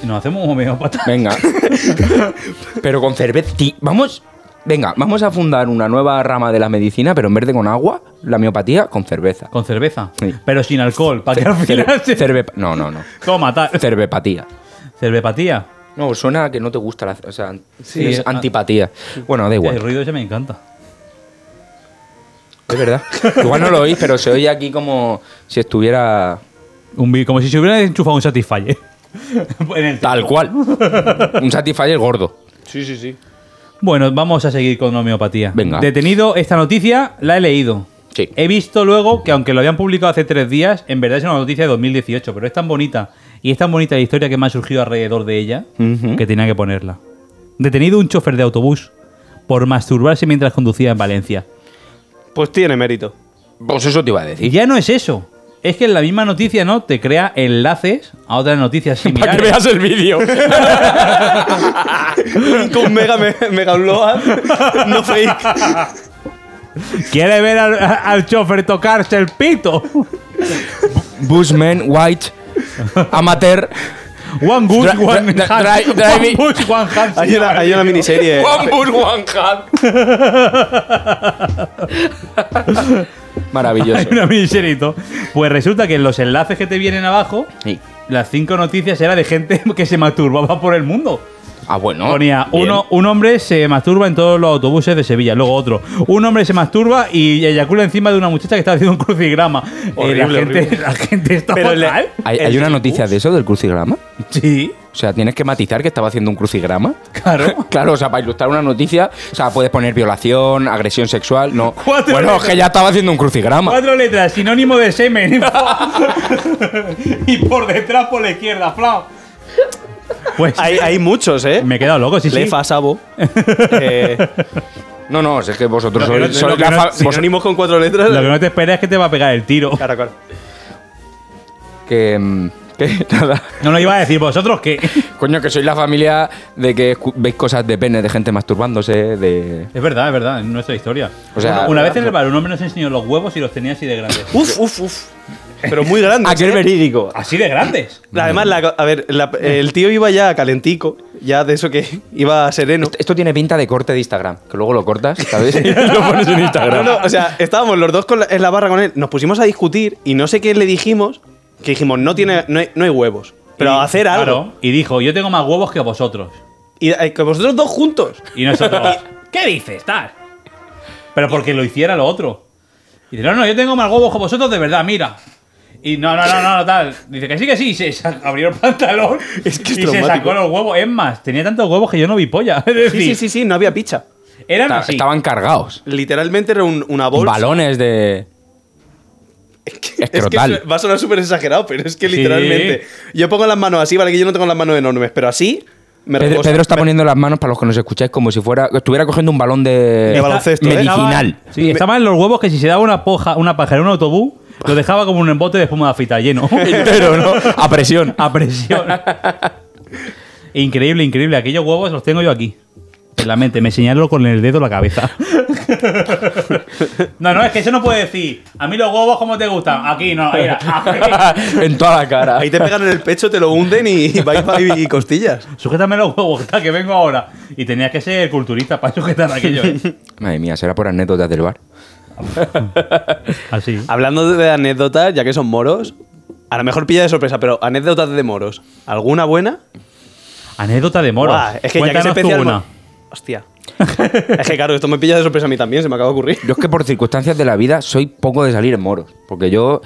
Speaker 4: si Nos hacemos un homeópata.
Speaker 1: Venga. pero con cerveza. Vamos. Venga, vamos a fundar una nueva rama de la medicina, pero en vez de con agua, la homeopatía con cerveza.
Speaker 4: Con cerveza.
Speaker 1: Sí.
Speaker 4: Pero sin alcohol. Para que al final
Speaker 1: Cerve-
Speaker 4: se-
Speaker 1: cerve- no, no, no.
Speaker 4: Toma, tal.
Speaker 1: Cervepatía.
Speaker 4: Cervepatía.
Speaker 1: No, suena a que no te gusta la. O sea,
Speaker 4: Sí,
Speaker 1: es
Speaker 4: a-
Speaker 1: antipatía. Bueno, da
Speaker 4: Hostia, El
Speaker 1: igual.
Speaker 4: ruido ese me encanta.
Speaker 1: Es verdad. Igual no lo oís, pero se oye aquí como si estuviera.
Speaker 4: Un vi- como si se hubiera enchufado un Satisfyer. En el-
Speaker 1: Tal cual. Un Satisfyer gordo.
Speaker 4: Bueno, vamos a seguir con homeopatía.
Speaker 1: Venga.
Speaker 4: Detenido, esta noticia la he leído.
Speaker 1: Sí.
Speaker 4: He visto luego que aunque lo habían publicado hace tres días, en verdad es una noticia de 2018, pero es tan bonita y es tan bonita la historia que me ha surgido alrededor de ella
Speaker 1: Ujú.
Speaker 4: que tenía que ponerla. Detenido un chofer de autobús por masturbarse mientras conducía en Valencia.
Speaker 2: Pues tiene mérito.
Speaker 1: Pues eso te iba a
Speaker 4: Y
Speaker 1: decir.
Speaker 4: ya no es eso. Es que en la misma noticia, ¿no? Te crea enlaces a otras noticias
Speaker 1: Para
Speaker 4: similares.
Speaker 1: que veas el vídeo.
Speaker 2: Con mega, me- mega unload, no fake.
Speaker 4: ¿Quiere ver al, al chofer tocarse el pito?
Speaker 1: Bushman, White, Amateur.
Speaker 4: One Bush,
Speaker 1: Dri-
Speaker 4: One
Speaker 1: dri-
Speaker 4: hand.
Speaker 1: dri-
Speaker 4: One
Speaker 1: driving-
Speaker 4: Bush, One hand.
Speaker 2: Hay una, hay una miniserie.
Speaker 1: One Bush, One Hand. Maravilloso.
Speaker 4: Hay una miniserito. Pues resulta que en los enlaces que te vienen abajo,
Speaker 1: Sí.
Speaker 4: las cinco noticias era de gente que se masturbaba por el mundo.
Speaker 1: Ah, bueno.
Speaker 4: Ponía,
Speaker 1: Bien.
Speaker 4: uno, un hombre se masturba en todos los autobuses de Sevilla, luego otro. Un hombre se masturba y eyacula encima de una muchacha que está haciendo un crucigrama. Eh, la,
Speaker 2: Horrible,
Speaker 4: gente,
Speaker 2: horrible.
Speaker 4: la gente está
Speaker 2: Pero el-
Speaker 4: fatal.
Speaker 1: ¿Hay,
Speaker 2: el
Speaker 1: hay una
Speaker 2: del
Speaker 1: noticia
Speaker 2: bus.
Speaker 1: de eso del crucigrama?
Speaker 4: Sí,
Speaker 1: O sea, tienes que matizar que estaba haciendo un crucigrama.
Speaker 4: claro.
Speaker 1: Claro, o sea, para ilustrar una noticia, o sea, puedes poner violación, agresión sexual, no.
Speaker 4: Cuatro
Speaker 1: bueno,
Speaker 4: letras.
Speaker 1: es que ya estaba haciendo un crucigrama.
Speaker 4: Cuatro letras, sinónimo de semen. y por detrás, por la izquierda, flau. Pues
Speaker 2: Hay, hay muchos, ¿eh?
Speaker 4: me he quedado loco, sí, sí.
Speaker 2: Lefa, Sabo. Eh,
Speaker 1: No, no, es que vosotros
Speaker 4: Lo que
Speaker 1: sois,
Speaker 4: no-
Speaker 1: sois
Speaker 4: lo que
Speaker 1: la
Speaker 4: no-
Speaker 1: fa-
Speaker 4: si
Speaker 1: vos-
Speaker 2: sinónimos con cuatro letras.
Speaker 4: Lo que no te esperas es que te va a pegar el tiro.
Speaker 2: Claro, claro.
Speaker 1: que, mm, que nada.
Speaker 4: No lo iba a decir vosotros que. Es
Speaker 1: Coño, que sois la familia de que escu- veis cosas de pene, de gente masturbándose, de.
Speaker 4: verdad, es verdad, en nuestra historia.
Speaker 1: O sea,
Speaker 4: una, una vez en el bar un hombre nos enseñó los huevos y los tenía así de grandes.
Speaker 2: Uf, uf, uf. Pero muy grande. ¿eh?
Speaker 1: Aquel Ah, verídico.
Speaker 4: así de grandes.
Speaker 2: Además, la- a ver, la- el tío iba ya calentico, ya de eso que iba sereno.
Speaker 1: Esto tiene pinta de corte de Instagram, que luego lo cortas, ¿sabes? y lo pones en
Speaker 2: No,
Speaker 1: Instagram.
Speaker 2: no, o sea, estábamos los dos con la- en la barra con él, nos pusimos a discutir y no sé qué le dijimos, que dijimos, no, tiene, no, hay, no hay huevos, pero
Speaker 4: Y-
Speaker 2: a hacer algo.
Speaker 4: Claro, y dijo, yo tengo más huevos que vosotros.
Speaker 2: Y eh, que vosotros dos juntos.
Speaker 4: Y nosotros. ¿Qué dices, tal? Pero porque lo hiciera lo otro. Y dice, no, no, yo tengo más huevos que vosotros de verdad, mira. Y no, no, no, no, no, tal. Dice que sí, que sí. Y se sa- abrió el pantalón
Speaker 2: Es que es
Speaker 4: y se
Speaker 2: traumático.
Speaker 4: sacó los huevos. Es más, tenía tantos huevos que yo no vi polla. Es decir,
Speaker 2: Sí, sí, sí, sí, no había picha.
Speaker 4: eran
Speaker 1: Esta-
Speaker 4: así.
Speaker 1: Estaban cargados.
Speaker 2: Literalmente era un- una bolsa.
Speaker 1: Balones de.
Speaker 2: Es que
Speaker 1: Escrotal.
Speaker 2: su- va a sonar súper exagerado, pero es que
Speaker 4: Sí.
Speaker 2: literalmente. Yo pongo las manos así, vale que yo no tengo las manos enormes, pero así me
Speaker 1: Pedro,
Speaker 2: reposo.
Speaker 1: Pedro está poniendo las manos para los que nos escucháis como si fuera estuviera cogiendo un balón de,
Speaker 2: De baloncesto, ¿eh?
Speaker 1: medicinal.
Speaker 4: Estaba- sí, estaban los huevos que si se daba una poja, una paja en un autobús, lo dejaba como un embote de espuma de afeitar lleno.
Speaker 1: Entero, ¿no? A presión.
Speaker 4: a presión. increíble, increíble. Aquellos huevos los tengo yo aquí. En la mente, me señalo con el dedo la cabeza. no, no, es que eso no puede decir. A mí los huevos, ¿cómo te gustan? Aquí no, mira. aquí.
Speaker 1: en toda la cara.
Speaker 2: Ahí te pegan en el pecho, te lo hunden y, y vais pa- y costillas.
Speaker 4: Sujétame los huevos, que que vengo ahora. Y tenías que ser culturista para sujetar aquello. ¿eh?
Speaker 1: Madre mía, será por anécdotas del bar.
Speaker 4: Así.
Speaker 2: Hablando de anécdotas, ya que son moros, a lo mejor pilla de sorpresa, pero anécdotas de moros. ¿Alguna buena?
Speaker 4: Anécdota de moros.
Speaker 2: Buah, es que ya que
Speaker 4: Cuéntanos
Speaker 2: es
Speaker 4: tú
Speaker 2: especial.
Speaker 4: una.
Speaker 2: Hostia. es que claro, esto me pilla de sorpresa a mí también, se me acaba de ocurrir.
Speaker 1: Yo es que por circunstancias de la vida soy poco de salir en moros. Porque yo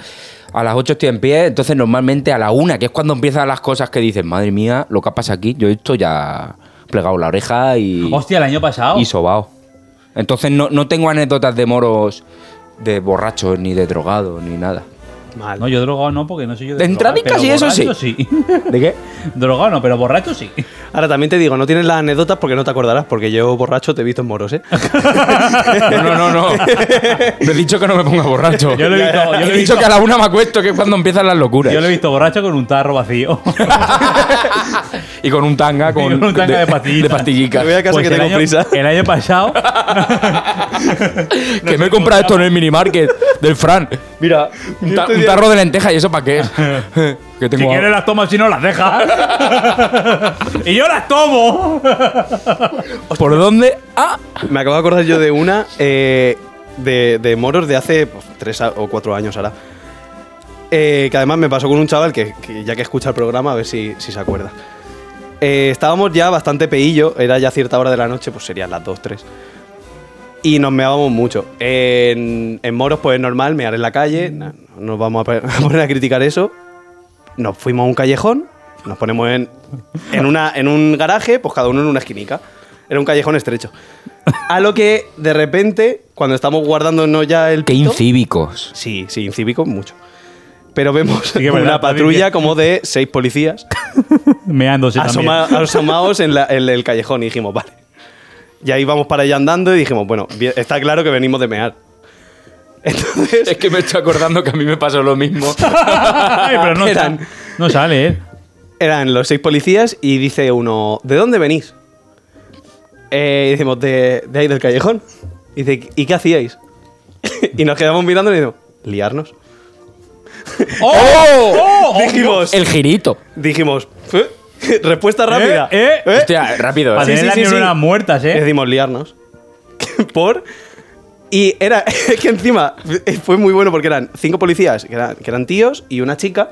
Speaker 1: a las 8 estoy en pie, entonces normalmente a la 1, que es cuando empiezan las cosas que dices, madre mía, lo que pasa aquí, yo esto ya plegado la oreja y,
Speaker 2: pues.
Speaker 4: Hostia, el año pasado.
Speaker 1: y sobao. Entonces no, no tengo anécdotas de moros de borrachos, ni de drogados, ni nada.
Speaker 2: Mal.
Speaker 4: No, yo drogado no, porque no soy yo
Speaker 1: De
Speaker 4: drogar,
Speaker 1: entradica
Speaker 4: pero
Speaker 1: sí, eso sí.
Speaker 4: borracho
Speaker 1: ¿De qué?
Speaker 4: drogado no, pero borracho sí.
Speaker 2: Ahora también te digo, no tienes las anécdotas porque no te acordarás, porque yo borracho te he visto en moros, ¿eh?
Speaker 1: No, no, no, no. Me he dicho que no me ponga borracho.
Speaker 4: Yo lo he visto- yo lo he
Speaker 1: he dicho
Speaker 4: visto.
Speaker 1: que a la una me acuesto, que es cuando empiezan las locuras.
Speaker 4: Yo lo he visto borracho con un tarro vacío.
Speaker 1: Y con un tanga, con,
Speaker 4: con un tanga de pastillitas.
Speaker 1: de pastillicas.
Speaker 2: Me voy a casa
Speaker 4: Pues
Speaker 2: que
Speaker 4: el
Speaker 2: tengo
Speaker 4: año-
Speaker 2: prisa.
Speaker 4: El año pasado.
Speaker 1: que me he comprado esto en el minimarket del Fran. Mira, un, ta- un tarro de lenteja y eso para qué. que
Speaker 4: Si
Speaker 1: tengo
Speaker 4: quieres las tomas, si no las dejas. y yo las tomo.
Speaker 1: ¿Por dónde? Ah,
Speaker 2: Me acabo de acordar yo de una eh, de, de moros de hace pues, tres a- o cuatro años ahora. Eh, que además me pasó con un chaval que, que ya que escucha el programa, a ver si, si se acuerda. Eh, estábamos ya bastante peillo, era ya cierta hora de la noche, pues serían las 2, 3. Y nos meábamos mucho. En, en moros, pues es normal, mear en la calle, na- no nos vamos a pe- a poner a criticar eso. Nos fuimos a un callejón, nos ponemos en, en, una, en un garaje, pues cada uno en una esquinica. Era un callejón estrecho. A lo que de repente, cuando estamos guardándonos ya el
Speaker 1: qué
Speaker 2: pito-
Speaker 1: incívicos.
Speaker 2: Sí, sí, incívico mucho. Pero vemos
Speaker 4: que es verdad,
Speaker 2: una patrulla
Speaker 4: también.
Speaker 2: como de seis policías
Speaker 4: Meándose
Speaker 2: asoma- asomados en, la- en el callejón y dijimos, vale. Y ahí vamos para allá andando y dijimos, bueno, bien, está claro que venimos de mear. Entonces,
Speaker 1: Es que me estoy acordando que a mí me pasó lo mismo.
Speaker 4: Ay, pero no,
Speaker 2: Eran.
Speaker 4: sal- no sale, ¿eh?
Speaker 2: Eran los seis policías y dice uno, ¿de dónde venís? Eh, y decimos, de, de ahí del callejón. Y dice, ¿y qué hacíais? y nos quedamos mirando y decimos, liarnos.
Speaker 1: ¡Oh!
Speaker 2: dijimos,
Speaker 1: El girito.
Speaker 2: dijimos, ¿eh? respuesta rápida.
Speaker 4: eh,
Speaker 2: ¿Eh?
Speaker 1: Hostia, rápido.
Speaker 4: Para
Speaker 1: ¿eh?
Speaker 2: Vale.
Speaker 4: tener
Speaker 2: sí,
Speaker 4: las
Speaker 2: sí, sí.
Speaker 4: neuronas muertas,
Speaker 2: Y
Speaker 4: ¿eh?
Speaker 2: decimos, liarnos. Por... Y era, es que encima fue muy bueno porque eran cinco policías, que eran, que eran tíos y una chica.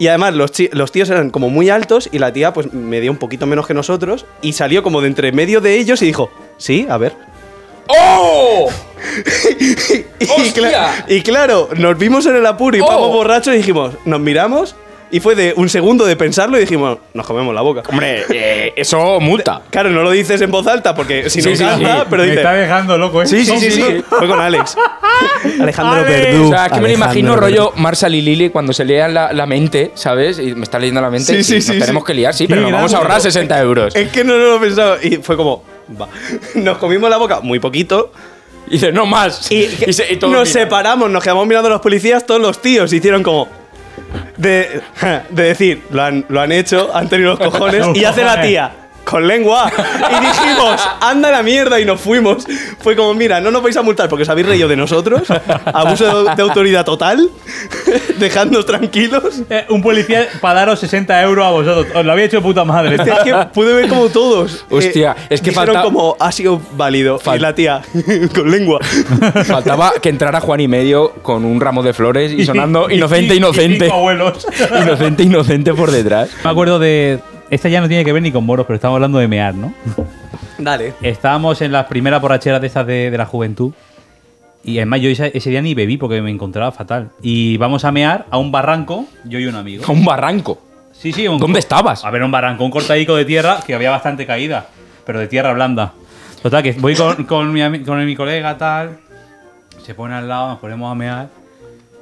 Speaker 2: Y además los, chi- los tíos eran como muy altos y la tía pues medía un poquito menos que nosotros y salió como de entre medio de ellos y dijo, sí, a ver.
Speaker 1: ¡Oh!
Speaker 2: Y,
Speaker 1: ¡Hostia!
Speaker 2: cla- y claro, nos vimos en el apuro y
Speaker 1: ¡Oh!
Speaker 2: vamos borrachos y dijimos, nos miramos y fue de un segundo de pensarlo y dijimos, nos comemos la boca.
Speaker 1: Hombre, eh, eso multa.
Speaker 2: Claro, no lo dices en voz alta porque si
Speaker 1: Sí,
Speaker 2: no
Speaker 1: sí,
Speaker 2: canta,
Speaker 1: sí.
Speaker 2: Ah, pero
Speaker 4: Me
Speaker 2: dices,
Speaker 4: está dejando loco, ¿eh?
Speaker 2: Sí, sí, sí, sí. Fue con Alex. Alejandro
Speaker 4: Alex.
Speaker 1: O
Speaker 2: Verdú.
Speaker 1: sea, es que me lo
Speaker 2: Alejandro
Speaker 1: imagino
Speaker 2: Verdú.
Speaker 1: rollo Marshall y Lily cuando se lean la, la mente, ¿sabes? Y me está leyendo la mente.
Speaker 2: Sí,
Speaker 1: y
Speaker 2: sí,
Speaker 1: nos
Speaker 2: sí,
Speaker 1: Tenemos
Speaker 2: sí.
Speaker 1: que liar, sí,
Speaker 4: Qué
Speaker 1: pero nos vamos a
Speaker 4: gran Eh,
Speaker 1: ahorrar 60 euros.
Speaker 2: Es que no, no lo he pensado. Y fue como. Va. Nos comimos la boca muy poquito.
Speaker 1: Y dice, no más.
Speaker 2: Y,
Speaker 1: se- y todo
Speaker 2: nos
Speaker 1: mira.
Speaker 2: separamos, nos quedamos mirando a los policías. Todos los tíos hicieron como. De, de decir, lo han, lo han hecho, han tenido los cojones.
Speaker 4: Los
Speaker 2: y hace la
Speaker 4: cojones.
Speaker 2: tía. Con lengua. Y dijimos, anda la mierda y nos fuimos. Fue como, mira, no nos vais a multar porque os habéis reído de nosotros. Abuso de, de autoridad total. Dejadnos tranquilos.
Speaker 4: Eh, un policía para daros 60 euros a vosotros. Os lo había hecho de puta madre.
Speaker 2: Hostia, Este es que pude ver como todos. eh,
Speaker 1: Hostia, es que
Speaker 2: dijeron
Speaker 1: falta-
Speaker 2: como ha sido válido.
Speaker 1: Fal-
Speaker 2: Y la tía, con lengua.
Speaker 1: Faltaba que entrara Juan y medio con un ramo de flores y sonando inocente,
Speaker 4: y- Y
Speaker 1: inocente.
Speaker 4: cinco abuelos.
Speaker 1: Inocente, inocente por detrás.
Speaker 4: Me acuerdo de. Esta ya no tiene que ver ni con moros, pero estamos hablando de mear, ¿no?
Speaker 2: Dale.
Speaker 4: Estábamos en las primeras borracheras de estas de, de la juventud. Y además yo ese, ese día ni bebí porque me encontraba fatal. Y vamos a mear a un barranco, yo y un amigo.
Speaker 1: A un barranco.
Speaker 4: Sí, sí. un-
Speaker 1: ¿Dónde estabas?
Speaker 4: A ver, un barranco, un cortadico de tierra que había bastante caída, pero de tierra blanda. Total, que voy con, con mi, ami- con mi colega, tal. Se pone al lado, nos ponemos a mear.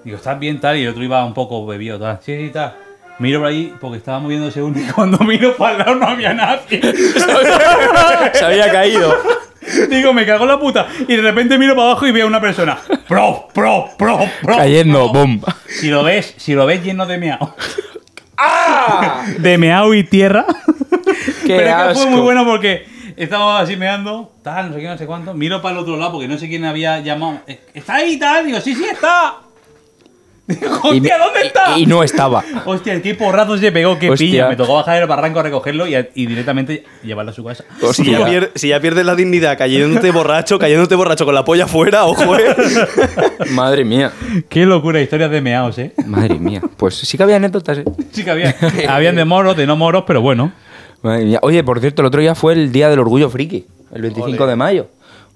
Speaker 4: Digo, ¿estás bien, tal? Y el otro iba un poco bebido, tal. Sí, sí, tal. Miro por ahí porque estaba moviéndose uno y cuando miro para el lado no había nadie.
Speaker 1: Se había caído.
Speaker 4: Digo, me cago en la puta. Y de repente miro para abajo y veo a una persona. Pro, pro, pro, pro.
Speaker 1: Cayendo, boom.
Speaker 4: Si lo ves, si lo ves lleno de meao. De meao y tierra. Pero es que fue muy bueno porque estábamos así meando, tal, no sé qué, no sé cuánto. Miro para el otro lado porque no sé quién había llamado. Eh, ¿Está ahí, tal? Digo, sí, sí, está. Digo,
Speaker 1: Y-
Speaker 4: hostia, ¿dónde está?
Speaker 1: Y, y no estaba.
Speaker 4: Hostia, qué porrazo se pegó, qué
Speaker 1: Hostia.
Speaker 4: pilla. Me tocó bajar del barranco a recogerlo y, a- y directamente llevarlo a su casa.
Speaker 2: Si ya,
Speaker 1: Hostia.
Speaker 2: pier- si ya pierdes la dignidad cayéndote borracho, cayéndote borracho con la polla afuera, ojo, eh.
Speaker 1: Madre mía.
Speaker 4: Qué locura, historias de meaos, ¿eh?
Speaker 1: Madre mía. Pues sí que había anécdotas, ¿eh?
Speaker 4: Sí que había. Habían de moros, de no moros, pero bueno.
Speaker 1: Madre mía. Oye, por cierto, el otro día fue el Día del Orgullo Friki, el 25 de mayo.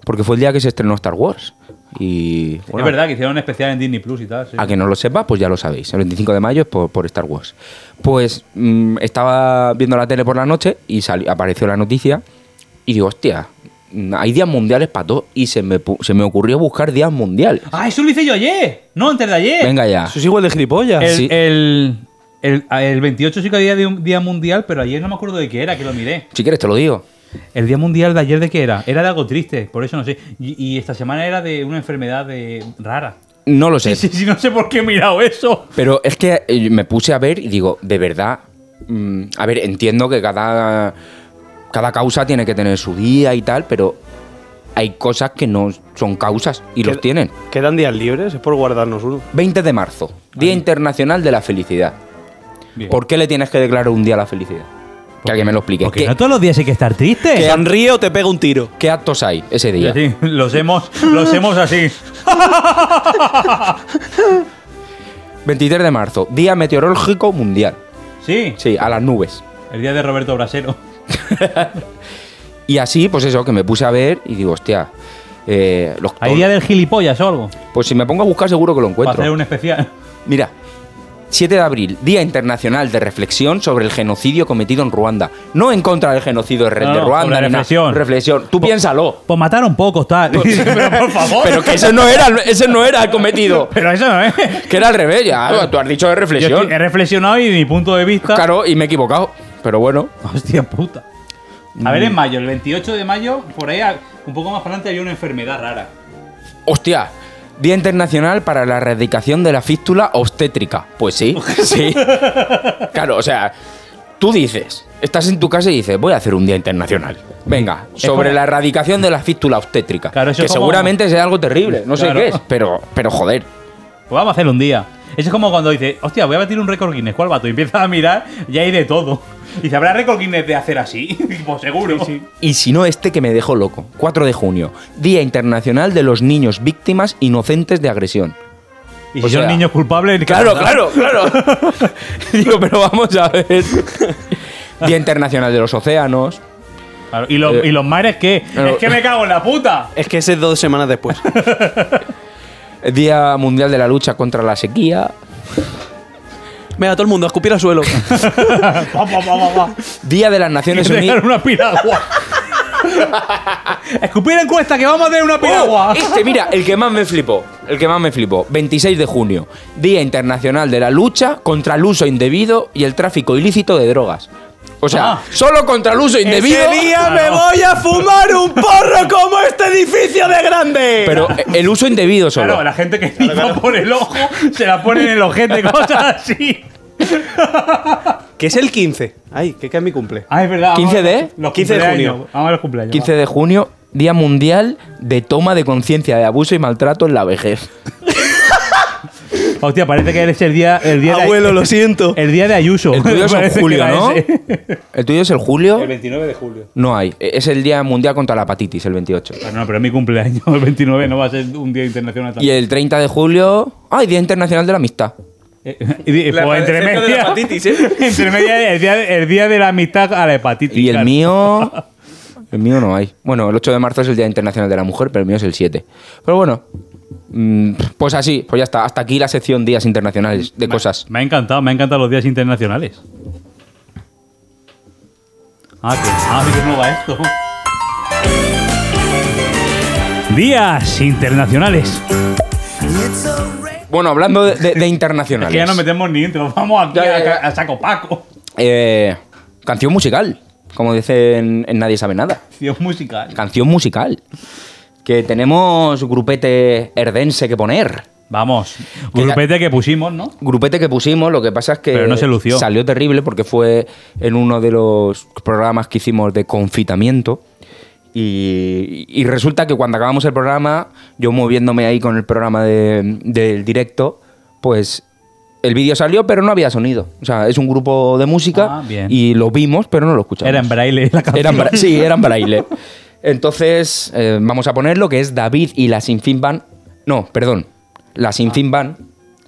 Speaker 1: Porque fue el día que se estrenó Star Wars. Y. bueno,
Speaker 4: es verdad que hicieron un especial en Disney Plus y tal. sí.
Speaker 1: A que no lo sepa, pues ya lo sabéis. El 25 de mayo es por, por Star Wars. Pues mm, estaba viendo la tele por la noche y sali- apareció la noticia y digo, hostia, mm, hay días mundiales para todo y se me, pu- se me ocurrió buscar días mundiales.
Speaker 4: ¡Ah, eso lo hice yo ayer! No, antes de ayer.
Speaker 1: Venga ya.
Speaker 2: Eso es igual de gilipollas.
Speaker 4: El,
Speaker 1: sí.
Speaker 4: el, el, el 28 sí que había día, de un- día mundial, pero ayer no me acuerdo de qué era, que lo miré.
Speaker 1: Si quieres te lo digo.
Speaker 4: El día mundial de ayer de qué era? Era de algo triste, por eso no sé. Y, y esta semana era de una enfermedad de rara.
Speaker 1: No lo sé.
Speaker 4: Sí, sí, sí, no sé por qué he mirado eso.
Speaker 1: Pero es que eh, me puse a ver y digo, de verdad. mm, a ver, entiendo que cada, cada causa tiene que tener su día y tal, pero hay cosas que no son causas y los
Speaker 2: ¿Qué-
Speaker 1: tienen.
Speaker 2: ¿Quedan días libres? Es por guardarnos uno.
Speaker 1: 20 de marzo, Día Internacional de la Felicidad.
Speaker 4: Bien.
Speaker 1: ¿Por qué le tienes que declarar un día a la felicidad? Que alguien me lo explique.
Speaker 4: Porque
Speaker 1: ¿Qué,
Speaker 4: no todos los días hay que estar triste.
Speaker 2: Sonríe o te pega un tiro.
Speaker 1: qué actos hay ese día?
Speaker 4: Sí, los hemos, los hemos así.
Speaker 1: 23 de marzo, Día Meteorológico Mundial.
Speaker 4: Sí,
Speaker 1: Sí, a las nubes.
Speaker 4: el día de Roberto Brasero.
Speaker 1: Y así, pues eso, que me puse a ver y digo, hostia, eh, los
Speaker 4: Hay día del gilipollas o algo.
Speaker 1: pues si me pongo a buscar seguro que lo
Speaker 4: Para
Speaker 1: encuentro.
Speaker 4: hacer un especial.
Speaker 1: Mira, 7 de abril, Día Internacional de Reflexión sobre el genocidio cometido en Ruanda. No en contra del genocidio de,
Speaker 4: No,
Speaker 1: de
Speaker 4: no,
Speaker 1: Ruanda,
Speaker 4: sobre
Speaker 1: ni nada.
Speaker 4: reflexión.
Speaker 1: Reflexión. Tú piénsalo.
Speaker 4: Pues mataron pocos, tal. pero por favor.
Speaker 1: Pero que ese no era, ese no era el cometido.
Speaker 4: Pero eso no es.
Speaker 1: Que era al revés, ya. Tú has dicho de
Speaker 4: Yo
Speaker 1: reflexión.
Speaker 4: estoy- he reflexionado y mi punto de vista.
Speaker 1: Claro, y me he equivocado. Pero bueno.
Speaker 4: Hostia puta. A ver, en mayo, el 28 de mayo, por ahí, a- un poco más para adelante, había una enfermedad rara.
Speaker 1: Hostia. Día Internacional para la Erradicación de la Fístula Obstétrica. Pues sí, sí. Claro, o sea, tú dices, estás en tu casa y dices, voy a hacer un Día Internacional. Venga,
Speaker 4: Es
Speaker 1: sobre
Speaker 4: como-
Speaker 1: la erradicación de la fístula obstétrica.
Speaker 4: Claro, eso
Speaker 1: que
Speaker 4: es como-
Speaker 1: seguramente sea algo terrible, no
Speaker 4: Claro.
Speaker 1: sé qué es, pero, pero joder.
Speaker 4: Pues vamos a hacerlo un día. Eso es como cuando dices, hostia, voy a batir un récord Guinness, ¿cuál bato? Y empiezas a mirar y hay de todo. Y dice, ¿habrá récord Guinness de hacer así? pues seguro.
Speaker 1: Y si no, este que me dejó loco. 4 de junio, Día Internacional de los Niños Víctimas Inocentes de Agresión.
Speaker 4: Y si
Speaker 1: O
Speaker 4: son
Speaker 1: sea,
Speaker 4: niños culpables, que
Speaker 1: Claro,
Speaker 4: nada.
Speaker 1: claro, claro. Digo, pero vamos a ver. Día Internacional de los Océanos.
Speaker 4: Claro, ¿Y, los,
Speaker 1: Eh,
Speaker 4: ¿Y los mares qué?
Speaker 1: claro.
Speaker 4: Es que me cago en la puta.
Speaker 2: Es que ese es dos semanas después.
Speaker 1: Día Mundial de la Lucha contra la Sequía.
Speaker 2: Venga, todo el mundo a escupir al suelo.
Speaker 4: Va, va, va, va, va.
Speaker 1: Día de las Naciones
Speaker 4: Tienes que dejar
Speaker 1: Unidas.
Speaker 4: una piragua. Escupir encuesta que vamos a tener una piragua.
Speaker 1: Oh, este, mira, el que más me flipó. El que más me flipó. 26 de junio. Día Internacional de la Lucha contra el uso indebido y el tráfico ilícito de drogas. O sea,
Speaker 4: Ah.
Speaker 1: solo contra el uso indebido.
Speaker 4: me voy
Speaker 2: a fumar un porro como este edificio de grande.
Speaker 1: Pero el uso indebido solo.
Speaker 4: Claro, la gente que pica por el ojo se la pone en el ojete, cosas así.
Speaker 2: Que es el 15. Ay, que que es mi cumple.
Speaker 4: Ah, es verdad. vamos
Speaker 1: 15 de-
Speaker 4: a ver Los
Speaker 2: 15 de
Speaker 4: cumpleaños.
Speaker 2: junio.
Speaker 4: Vamos a ver los cumpleaños.
Speaker 1: 15 de junio, Día Mundial de Toma de Conciencia de Abuso y Maltrato en la Vejez.
Speaker 4: va. Hostia, parece que eres el día, el día
Speaker 2: Abuelo,
Speaker 4: de
Speaker 2: lo siento.
Speaker 4: El día de Ayuso.
Speaker 1: El tuyo es en
Speaker 4: Parece que
Speaker 1: julio,
Speaker 4: era
Speaker 1: ¿no?
Speaker 4: ese.
Speaker 1: El tuyo es el julio.
Speaker 4: El 29 de julio.
Speaker 1: No hay. E- Es el Día Mundial contra la Hepatitis, el 28.
Speaker 4: Ah, no, pero es mi cumpleaños. El 29 no va a ser un día internacional.
Speaker 1: Y el 30 de julio. ¡Ay, Día Internacional de la Amistad!
Speaker 4: Eh, y di-
Speaker 2: La-
Speaker 4: pues entre
Speaker 2: cerca de la
Speaker 4: media,
Speaker 2: hepatitis, ¿eh?
Speaker 4: entre media el, día, el día de la amistad a la hepatitis.
Speaker 1: Y el
Speaker 4: claro.
Speaker 1: mío. El mío no hay. Bueno, el 8 de marzo es el Día Internacional de la Mujer, pero el mío es el 7. Pero bueno. mm, Pues así, pues ya está. Hasta aquí la sección Días Internacionales de cosas.
Speaker 4: Me ha encantado, me ha encantado los días internacionales. Ah, que, ah, que no va esto. Días internacionales.
Speaker 1: Mm, Bueno, hablando de, de- de
Speaker 4: Es
Speaker 1: internacionales.
Speaker 4: que ya no metemos ni intro, vamos aquí
Speaker 1: Ya, ya,
Speaker 4: a-
Speaker 1: ya.
Speaker 4: A, saco Paco.
Speaker 1: eh, canción musical. Como dicen en Nadie Sabe Nada.
Speaker 4: Dios musical.
Speaker 1: Canción musical. Que tenemos grupete herdense que poner.
Speaker 4: Vamos,
Speaker 1: Que ya-
Speaker 4: grupete que pusimos, ¿no?
Speaker 1: grupete que pusimos, lo que pasa es que
Speaker 4: Pero no se lució.
Speaker 1: salió terrible porque fue en uno de los programas que hicimos de confitamiento. Y, y resulta que cuando acabamos el programa, yo moviéndome ahí con el programa de- del directo, pues el vídeo salió, pero no había sonido. O sea, es un grupo de música
Speaker 4: Ah, bien.
Speaker 1: y lo vimos, pero no lo escuchamos.
Speaker 4: Era en braille la canción.
Speaker 1: Eran bra- sí, eran braille. Entonces, eh, vamos a poner lo que es David y la Sinfín Band. No, perdón. La Sinfín Band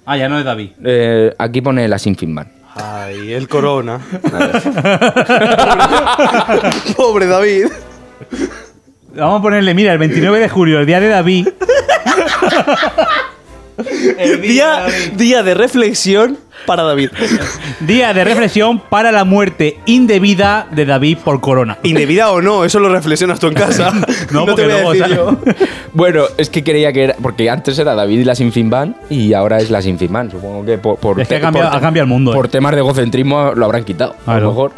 Speaker 4: Ah, ya no es David.
Speaker 1: eh, aquí pone la Sinfinman.
Speaker 2: Ay, el corona. Pobre David.
Speaker 4: Vamos a ponerle, mira, el 29 de julio, el día de David.
Speaker 2: Día, día de reflexión para David.
Speaker 4: Día de reflexión para la muerte indebida de David por corona.
Speaker 2: Indebida o no, eso lo reflexionas tú en casa.
Speaker 4: No, porque luego sale.
Speaker 1: Bueno, es que creía que era. Porque antes era David y la Sinfinban y ahora es la Sinfinban. Supongo que por. por
Speaker 4: Es que
Speaker 1: te-
Speaker 4: ha cambiado-
Speaker 1: por-
Speaker 4: ha cambiado el mundo,
Speaker 1: Por
Speaker 4: eh.
Speaker 1: temas de egocentrismo lo habrán quitado. A
Speaker 4: Claro.
Speaker 1: lo mejor.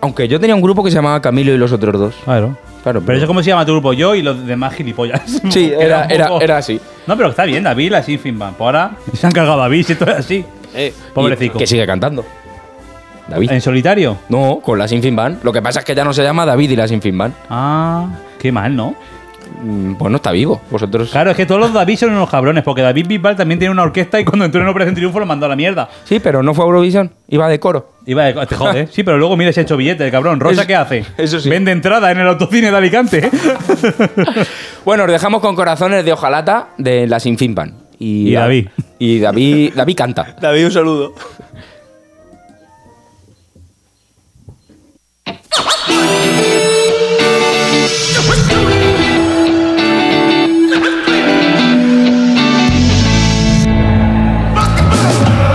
Speaker 1: Aunque yo tenía un grupo que se llamaba Camilo y los otros dos.
Speaker 4: Claro.
Speaker 1: Claro,
Speaker 4: Pero
Speaker 1: pero-
Speaker 4: eso es como se llama tu grupo, yo y los demás gilipollas.
Speaker 1: Sí,
Speaker 4: Que
Speaker 1: era,
Speaker 4: un
Speaker 1: era,
Speaker 4: poco-
Speaker 1: era así.
Speaker 4: No, pero está bien, David, la Sinfinban. Por ahora se han cargado a David, si esto es así. Pobrecico.
Speaker 1: Y Que sigue cantando. David.
Speaker 4: ¿En solitario?
Speaker 1: No, con la Sinfinban. Lo que pasa es que ya no se llama David y la Sinfinban.
Speaker 4: Ah, qué mal, ¿no?
Speaker 1: Mm, Pues no está vivo. Vosotros.
Speaker 4: Claro, es que todos los David son unos cabrones, porque David Bisbal también tiene una orquesta y cuando entró en Operación Triunfo lo mandó a la mierda.
Speaker 1: Sí, pero no fue a Eurovisión. Iba de coro.
Speaker 4: Iba de, te jode. Sí, pero luego mira, se ha hecho billete, el cabrón. Rosa,
Speaker 1: Eso-
Speaker 4: ¿qué hace?
Speaker 1: eso sí.
Speaker 4: Vende entrada en el autocine de Alicante. ¿eh?
Speaker 1: Bueno, os dejamos con corazones de hojalata de la Sinfinban. Y,
Speaker 4: Y David.
Speaker 1: Y David, David canta.
Speaker 2: David, un saludo.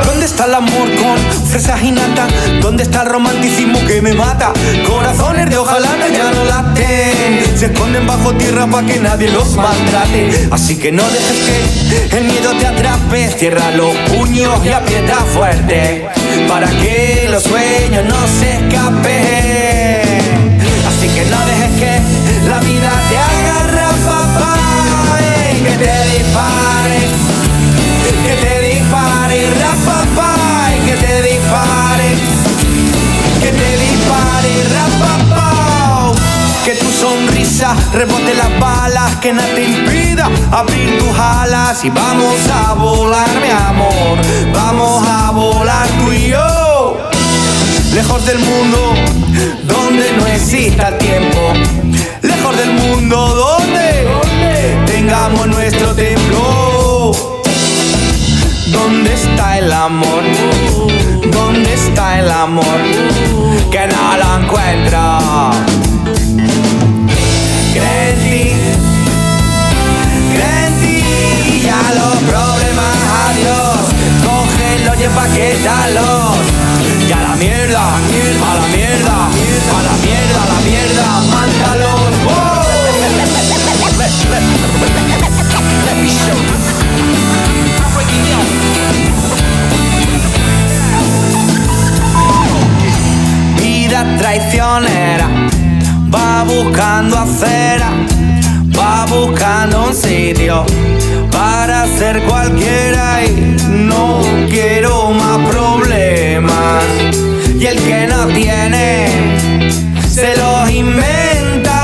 Speaker 5: ¿Dónde está el amor con fresas y nata? ¿Dónde está el romanticismo que me mata? Corazones de hojalata ya no laten Se esconden bajo tierra para que nadie los maltrate Así que no dejes que el miedo te atrape Cierra los puños y aprieta fuerte Para que los sueños no se escapen Así que no dejes que la vida te agarra papá y que te dispare que te dispare, rapapá, y que te dispare, que te dispare, rapapá. Que tu sonrisa rebote las balas, que nada te impida abrir tus alas y vamos a volar, mi amor, vamos a volar tú y yo lejos del mundo donde no exista tiempo, lejos del mundo donde tengamos nuestro templo. ¿Dónde está el amor? ¿Dónde está el amor? Que no lo encuentra. Cree en ti, cree en ti, ya los problemas adiós. Cógelos y empaquétalos. Y a la mierda, a la mierda, a la mierda, a la mierda, mándalos. ¡Wow! Let- let- let me show you. Vida traicionera, va buscando acera, va buscando un sitio para ser cualquiera y no quiero más problemas. Y el que no tiene, se los inventa.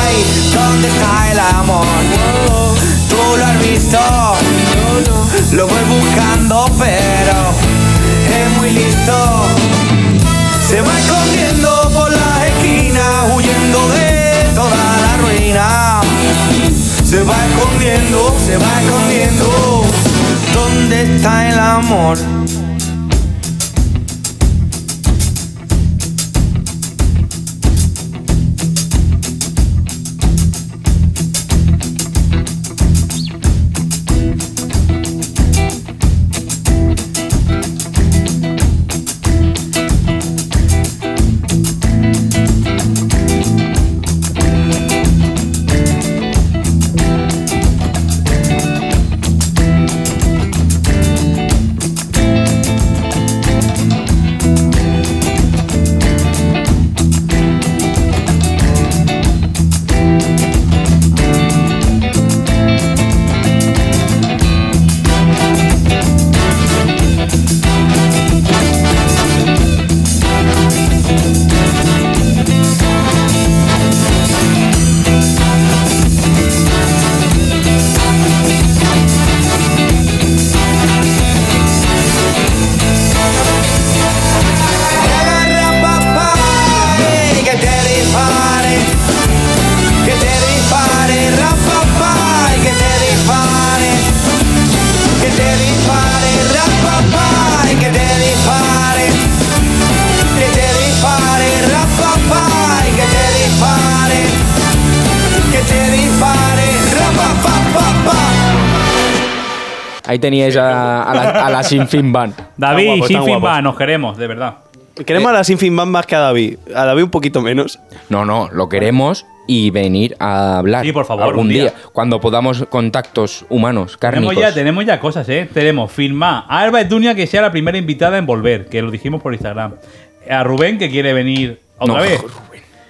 Speaker 5: Ay, ¿Dónde está el amor? Tú lo has visto, lo voy buscando, pero es muy listo. Se va escondiendo por las esquinas, huyendo de toda la ruina. Se va escondiendo, se va escondiendo. ¿Dónde está el amor?
Speaker 1: Ahí teníais a, a la, a la Sin Fin Van.
Speaker 4: David,
Speaker 2: guapos,
Speaker 4: sin
Speaker 2: están
Speaker 4: fin
Speaker 2: guapos.
Speaker 4: va, nos queremos, de verdad.
Speaker 2: Queremos a la Sinfin Band más que a David. A David un poquito menos.
Speaker 1: No, no, lo queremos y venir a hablar.
Speaker 4: Sí, por favor,
Speaker 1: Algún
Speaker 4: un día.
Speaker 1: día. Cuando podamos contactos humanos,
Speaker 4: Tenemos
Speaker 1: cárnicos.
Speaker 4: ya, tenemos ya cosas, ¿eh? Tenemos firmar a Alba Etunia que sea la primera invitada en volver, que lo dijimos por Instagram. A Rubén que quiere venir otra
Speaker 1: No,
Speaker 4: vez.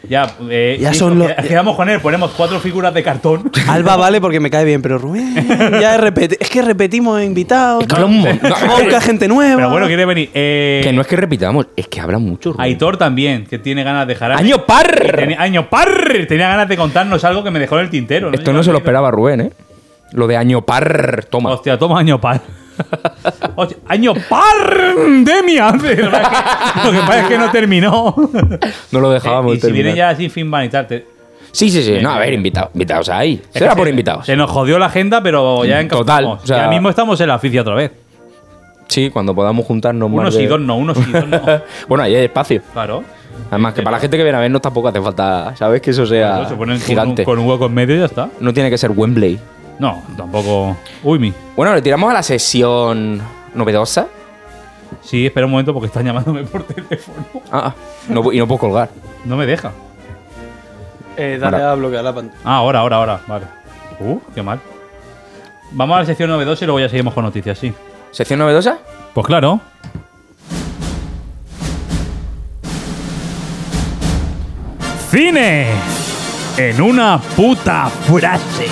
Speaker 4: Ya, eh,
Speaker 2: Ya
Speaker 4: listo,
Speaker 2: son los-
Speaker 4: que- quedamos con él, ponemos cuatro figuras de cartón.
Speaker 2: Alba vale porque me cae bien, pero Rubén. Ya repet- es que repetimos invitados.
Speaker 1: Es que habla un mon- no,
Speaker 2: Vamos a buscar gente nueva.
Speaker 4: Pero bueno, quiere venir. Eh,
Speaker 1: que no es que repitamos, es que habla mucho. Rubén.
Speaker 4: Aitor también, que tiene ganas de jarar.
Speaker 1: ¡Año par!
Speaker 4: año par! Tenía ganas de contarnos algo que me dejó en el tintero.
Speaker 1: Esto no se lo esperaba Rubén, ¿eh? Lo de año par, toma.
Speaker 4: Hostia, toma año par. Hostia, año par pandemia. Lo que pasa es que no terminó.
Speaker 1: No lo dejábamos
Speaker 4: eh, y si viene
Speaker 1: terminar.
Speaker 4: ya sin fin van y tal. te-
Speaker 1: Sí, sí, sí. No, a
Speaker 4: eh,
Speaker 1: ver, invitados. Invitados ahí.
Speaker 4: es
Speaker 1: Será
Speaker 4: que
Speaker 1: por
Speaker 4: se-
Speaker 1: invitados.
Speaker 4: Se nos jodió la agenda, pero ya
Speaker 1: Mm,
Speaker 4: en
Speaker 1: total, o sea-
Speaker 4: ya mismo estamos en la oficia otra vez.
Speaker 1: Sí, cuando podamos juntarnos más
Speaker 4: Unos
Speaker 1: de-
Speaker 4: y dos no, unos y dos no.
Speaker 1: Bueno, ahí hay espacio.
Speaker 4: Claro.
Speaker 1: Además, que para la gente que viene a vernos tampoco hace falta, ¿sabes? Que eso sea
Speaker 4: Claro, se ponen con
Speaker 1: Ah, gigante.
Speaker 4: un- Con, un hueco en medio y ya está.
Speaker 1: No tiene que ser Wembley.
Speaker 4: No, tampoco. Uy, mi.
Speaker 1: Bueno, le tiramos a la sesión novedosa.
Speaker 4: Sí, espera un momento porque están llamándome por teléfono.
Speaker 1: Ah, ah, no pu- y no puedo colgar.
Speaker 4: No me deja.
Speaker 2: Eh, dale
Speaker 1: Ahora.
Speaker 2: a bloquear la pantalla.
Speaker 4: Ah, ahora, ahora, ahora. Vale. Uh, qué mal. Vamos a la sección 9.2 y luego ya seguimos con noticias, sí.
Speaker 1: ¿Sección novedosa?
Speaker 4: Pues claro. Cine en una puta frase.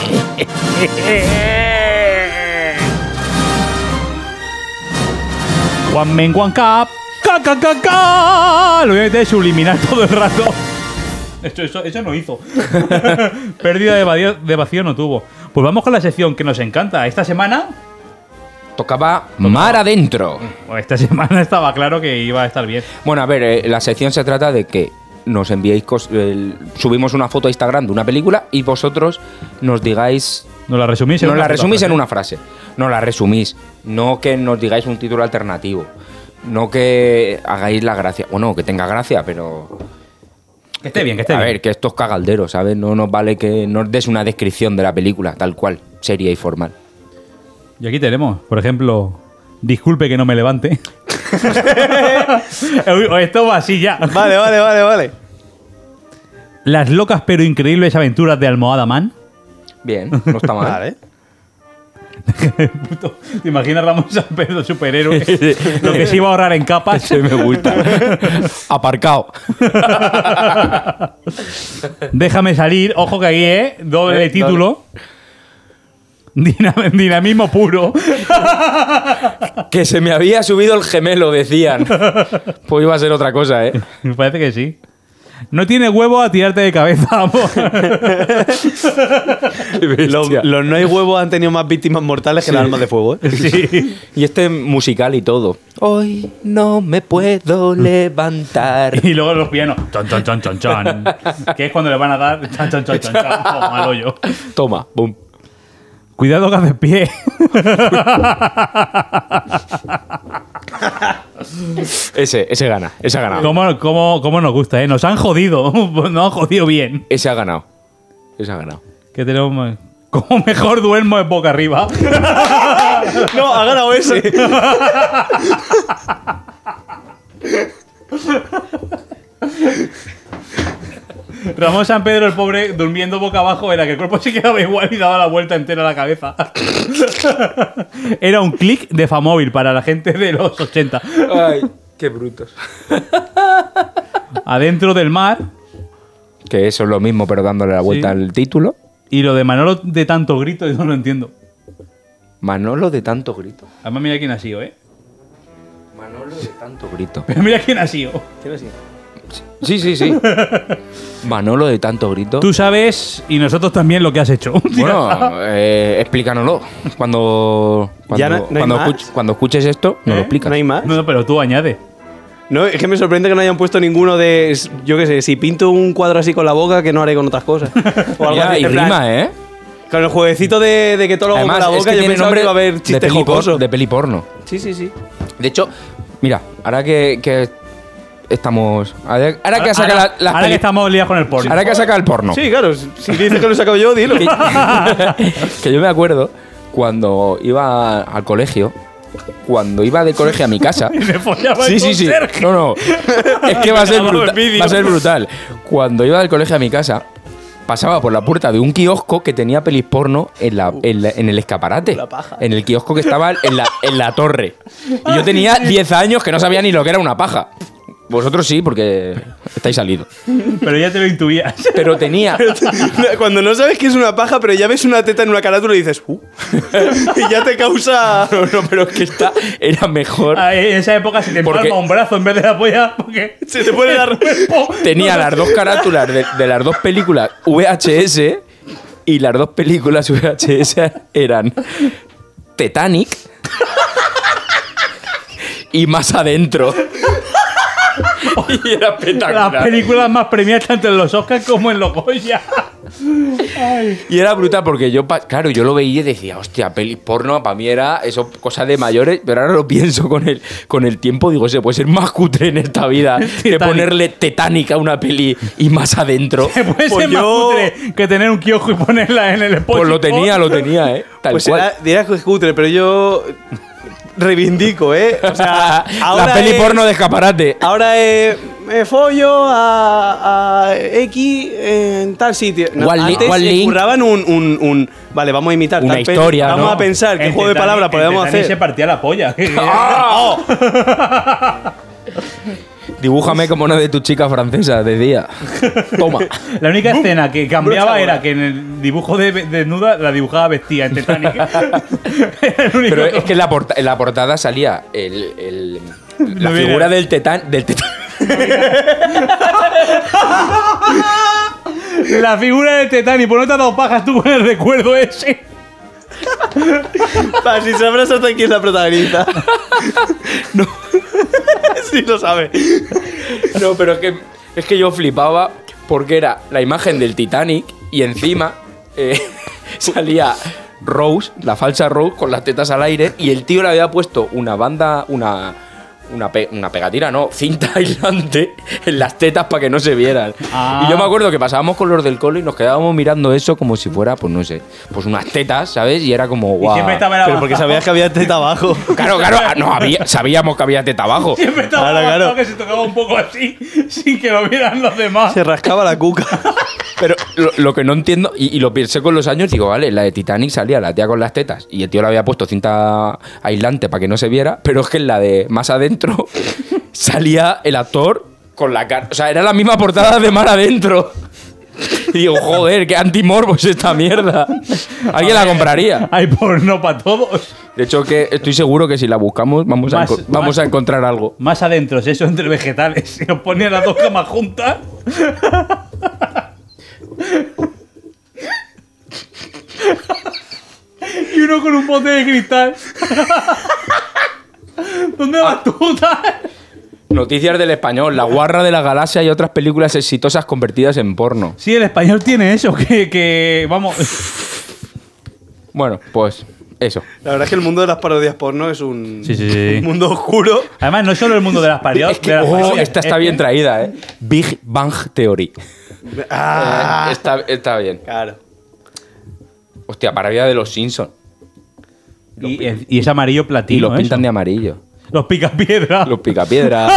Speaker 4: Juan Men Juan Cap. Ca, ca, ca, ca. Lo voy a meter subliminar todo el rato. Eso, eso- eso no hizo. Pérdida de vacío, de vacío no tuvo. Pues vamos con la sección que nos encanta. Esta semana
Speaker 1: Tocaba Mar Adentro.
Speaker 4: Bueno, Esta semana estaba claro que iba a estar bien.
Speaker 1: Bueno, a ver, eh, la sección se trata de que nos enviéis. cos- el- subimos una foto a Instagram de una película y vosotros nos digáis
Speaker 4: ¿Nos la resumís en
Speaker 1: nos
Speaker 4: una
Speaker 1: la
Speaker 4: puta
Speaker 1: resumís
Speaker 4: frase?
Speaker 1: en una frase. No la resumís. No que nos digáis un título alternativo. No que hagáis la gracia. Bueno, que tenga gracia, pero.
Speaker 4: Que esté bien, que esté
Speaker 1: a
Speaker 4: bien.
Speaker 1: ver, que esto es cagalderos, ¿sabes? No nos vale que nos des una descripción de la película, tal cual, seria y formal.
Speaker 4: Y aquí tenemos, por ejemplo, disculpe que no me levante. Uy, Esto va así ya.
Speaker 2: Vale, vale, vale, vale.
Speaker 4: Las locas pero increíbles aventuras de Almohada Man.
Speaker 1: Bien, no está mal.
Speaker 2: Vale.
Speaker 4: Puto, ¿Te imaginas Ramón San Pedro superhéroe? Lo que se iba a ahorrar en capas. me gusta.
Speaker 1: Aparcado.
Speaker 4: Déjame salir. Ojo que ahí, ¿eh? Doble de título. Dinam- dinamismo puro.
Speaker 1: Que se me había subido el gemelo, decían. Pues iba a ser otra cosa, ¿eh?
Speaker 4: Me parece que sí. No tiene huevo a tirarte de cabeza, amor.
Speaker 2: Los,
Speaker 1: Hostia.
Speaker 2: los no hay huevos han tenido más víctimas mortales que las armas de fuego, ¿eh?
Speaker 4: Sí.
Speaker 1: Y este musical y todo. Hoy no me puedo levantar.
Speaker 4: Y luego los pianos. Chan, chan, chan, chan, chan. Que es cuando le van a dar. Chan, chan, chan, chan, chan. Toma, al hoyo.
Speaker 1: Toma, boom.
Speaker 4: Cuidado que haces pie.
Speaker 1: Ese, ese gana, ese ha ganado.
Speaker 4: ¿Cómo, cómo, cómo nos gusta, eh? Nos han jodido. Nos han jodido bien.
Speaker 1: Ese ha ganado. Ese ha ganado.
Speaker 4: Que tenemos. más? Como mejor duermo es boca arriba.
Speaker 2: No, ha ganado ese.
Speaker 4: Ramón San Pedro, el pobre, durmiendo boca abajo, era que el cuerpo se quedaba igual y daba la vuelta entera a la cabeza. era un clic de Famóvil para la gente de los 80.
Speaker 1: Ay, qué brutos.
Speaker 4: Adentro del mar.
Speaker 1: Que eso es lo mismo, pero dándole la vuelta
Speaker 4: Sí.
Speaker 1: al título.
Speaker 4: Y lo de Manolo de tanto grito, yo no lo entiendo.
Speaker 1: Manolo de tanto grito.
Speaker 4: Además, mira quién ha sido, ¿eh?
Speaker 1: Manolo de tanto grito.
Speaker 4: Pero mira quién ha sido.
Speaker 1: Sí, sí, sí. Manolo de tanto grito.
Speaker 4: Tú sabes, y nosotros también, lo que has hecho.
Speaker 1: Bueno, eh, explícanoslo. Cuando, cuando,
Speaker 2: Ya no- no hay
Speaker 1: cuando,
Speaker 2: más.
Speaker 1: escuch- cuando escuches esto, nos
Speaker 4: ¿Eh?
Speaker 1: lo explicas.
Speaker 2: No hay más.
Speaker 4: No, no, pero tú añade.
Speaker 2: No, es que me sorprende que no hayan puesto ninguno de. Yo qué sé, si pinto un cuadro así con la boca, que no haré con otras cosas. O algo
Speaker 1: Ya,
Speaker 2: así.
Speaker 1: y
Speaker 2: en plan,
Speaker 1: rima, ¿eh?
Speaker 2: Con el jueguecito de, de que todo lo hago con la
Speaker 1: Además,
Speaker 2: boca,
Speaker 1: es que
Speaker 2: yo
Speaker 1: tiene
Speaker 2: pensaba
Speaker 1: nombre
Speaker 2: que iba a haber
Speaker 1: de,
Speaker 2: chistes
Speaker 1: peli por-
Speaker 2: jocosos.
Speaker 1: de peli porno.
Speaker 2: Sí, sí, sí.
Speaker 1: De hecho, mira, ahora que, que estamos. Ahora, ahora que saca
Speaker 4: ahora,
Speaker 1: la, las
Speaker 4: ahora que
Speaker 1: peli-
Speaker 4: estamos liados con el porno.
Speaker 1: ahora que saca el porno.
Speaker 2: Sí, claro, si dices que lo he sacado yo, dilo.
Speaker 1: que yo me acuerdo cuando iba al colegio, cuando iba de colegio a mi casa.
Speaker 4: Me follaba
Speaker 1: Sí,
Speaker 4: con
Speaker 1: sí, sí.
Speaker 4: Sergio.
Speaker 1: No, no. Es que va a ser, bruta- va a ser brutal. Cuando iba del colegio a mi casa, pasaba por la puerta de un kiosco que tenía pelis porno en, la, en, la- en el escaparate. En el kiosco que estaba en la, en la torre. Y yo tenía 10 años que no sabía ni lo que era una paja. Vosotros sí, porque estáis salidos.
Speaker 4: Pero ya te lo intuías.
Speaker 1: Pero tenía.
Speaker 2: Cuando no sabes que es una paja, pero ya ves una teta en una carátula y dices, ¡uh! y ya te causa.
Speaker 1: No, no, pero es que esta era mejor.
Speaker 4: Ah, En esa época se te
Speaker 1: Porque-
Speaker 4: empalma un brazo en vez de la polla porque
Speaker 2: Se te pone la.
Speaker 1: Tenía las dos carátulas de, de las dos películas VHS y las dos películas VHS eran Titanic y más adentro. Y era espectacular.
Speaker 4: las películas más premiadas tanto en los Oscars como en los Goya.
Speaker 1: Y era brutal porque yo, pa- claro, yo lo veía y decía, hostia, peli porno, para mí era eso, cosa de mayores, pero ahora lo pienso con el, con el tiempo, digo, se puede ser más cutre en esta vida que
Speaker 4: Titanic.
Speaker 1: ponerle tetánica a una peli y más adentro.
Speaker 4: Puede
Speaker 2: Pues
Speaker 4: ser más
Speaker 2: yo-
Speaker 4: cutre que tener un kiosco y ponerla en el spot.
Speaker 1: Pues lo tenía, lo tenía, ¿eh? Tal
Speaker 2: Pues
Speaker 1: cual.
Speaker 2: era, dirás que es cutre, pero yo. Reivindico, ¿eh? O sea, ahora.
Speaker 1: la peli
Speaker 2: es-
Speaker 1: porno de escaparate.
Speaker 2: Ahora eh, me follo a, a X en tal sitio. No,
Speaker 1: One li-
Speaker 2: antes
Speaker 1: one
Speaker 2: se
Speaker 1: link.
Speaker 2: curraban un, un- un- Vale, vamos a imitar.
Speaker 1: Una
Speaker 2: tal peli,
Speaker 1: historia,
Speaker 2: Vamos
Speaker 1: ¿no?
Speaker 2: a pensar qué juego de palabras podemos
Speaker 4: se
Speaker 2: hacer. Ah.
Speaker 4: partía la polla.
Speaker 1: Dibújame como una de tus chicas francesas de día. Toma.
Speaker 4: La única escena que cambiaba
Speaker 2: Brucha
Speaker 4: era que en el dibujo de de desnuda la dibujaba vestida en Titanic. Era el único
Speaker 1: Pero es que en la, porta- en la portada salía el, el- la
Speaker 4: No viene.
Speaker 1: figura del tetán. Del tetán.
Speaker 4: La figura de Titanic, por no te has dado pajas tú con el recuerdo ese.
Speaker 2: Para Ah, si sabrás hasta quién es la protagonista. no. sí lo sabe.
Speaker 1: No, pero es que, es que yo flipaba porque era la imagen del Titanic y encima eh, salía Rose, la falsa Rose, con las tetas al aire y el tío le había puesto una banda, una, una, pe- una pegatina, no, cinta aislante en las tetas para que no se vieran.
Speaker 4: Ah.
Speaker 1: Y yo me acuerdo que pasábamos con los del cole y nos quedábamos mirando eso como si fuera, pues no sé, pues unas tetas, ¿sabes? Y era como,
Speaker 4: Y
Speaker 1: guau.
Speaker 4: siempre estaba en
Speaker 2: Pero porque sabías que había teta abajo.
Speaker 1: Claro, claro, ah, no, había- sabíamos que había teta abajo.
Speaker 4: Siempre estaba
Speaker 2: Claro, claro.
Speaker 4: avanzado que se tocaba un poco así, sin que lo vieran los demás.
Speaker 2: Se rascaba la cuca.
Speaker 1: Pero lo, lo que no entiendo, y, y lo pensé con los años, digo, vale, la de Titanic salía la tía con las tetas y el tío le había puesto cinta aislante para que no se viera, pero es que en la de más adentro salía el actor con la cara. O sea, era la misma portada de más adentro. Y digo, joder, qué antimorbo es esta mierda. Alguien la compraría.
Speaker 4: Hay porno para todos.
Speaker 1: De hecho, que estoy seguro que si la buscamos vamos,
Speaker 4: Más-
Speaker 1: a, enco- vamos
Speaker 4: más-
Speaker 1: a encontrar algo.
Speaker 4: Más adentro, es eso entre vegetales. Si os ponían las dos camas juntas. y uno con un bote de cristal. ¿Dónde vas tú, tal?
Speaker 1: Noticias del español, La guarra de la galaxia y otras películas exitosas convertidas en porno.
Speaker 4: Sí, el español tiene eso, que, que vamos.
Speaker 1: Bueno, pues eso.
Speaker 2: La verdad es que el mundo de las parodias porno es un,
Speaker 4: Sí, sí, sí.
Speaker 2: un mundo oscuro.
Speaker 4: Además, no solo el mundo de las parias.
Speaker 1: Es que, oh, esta está bien traída, ¿eh? Big Bang Theory.
Speaker 2: Ah,
Speaker 1: Eh, Está, está bien.
Speaker 2: claro.
Speaker 1: Hostia, parodia de los Simpsons.
Speaker 4: Y, es- y es amarillo
Speaker 1: Y
Speaker 4: platino.
Speaker 1: los pintan
Speaker 4: eso.
Speaker 1: de amarillo.
Speaker 4: Los picapiedra.
Speaker 1: Los picapiedra.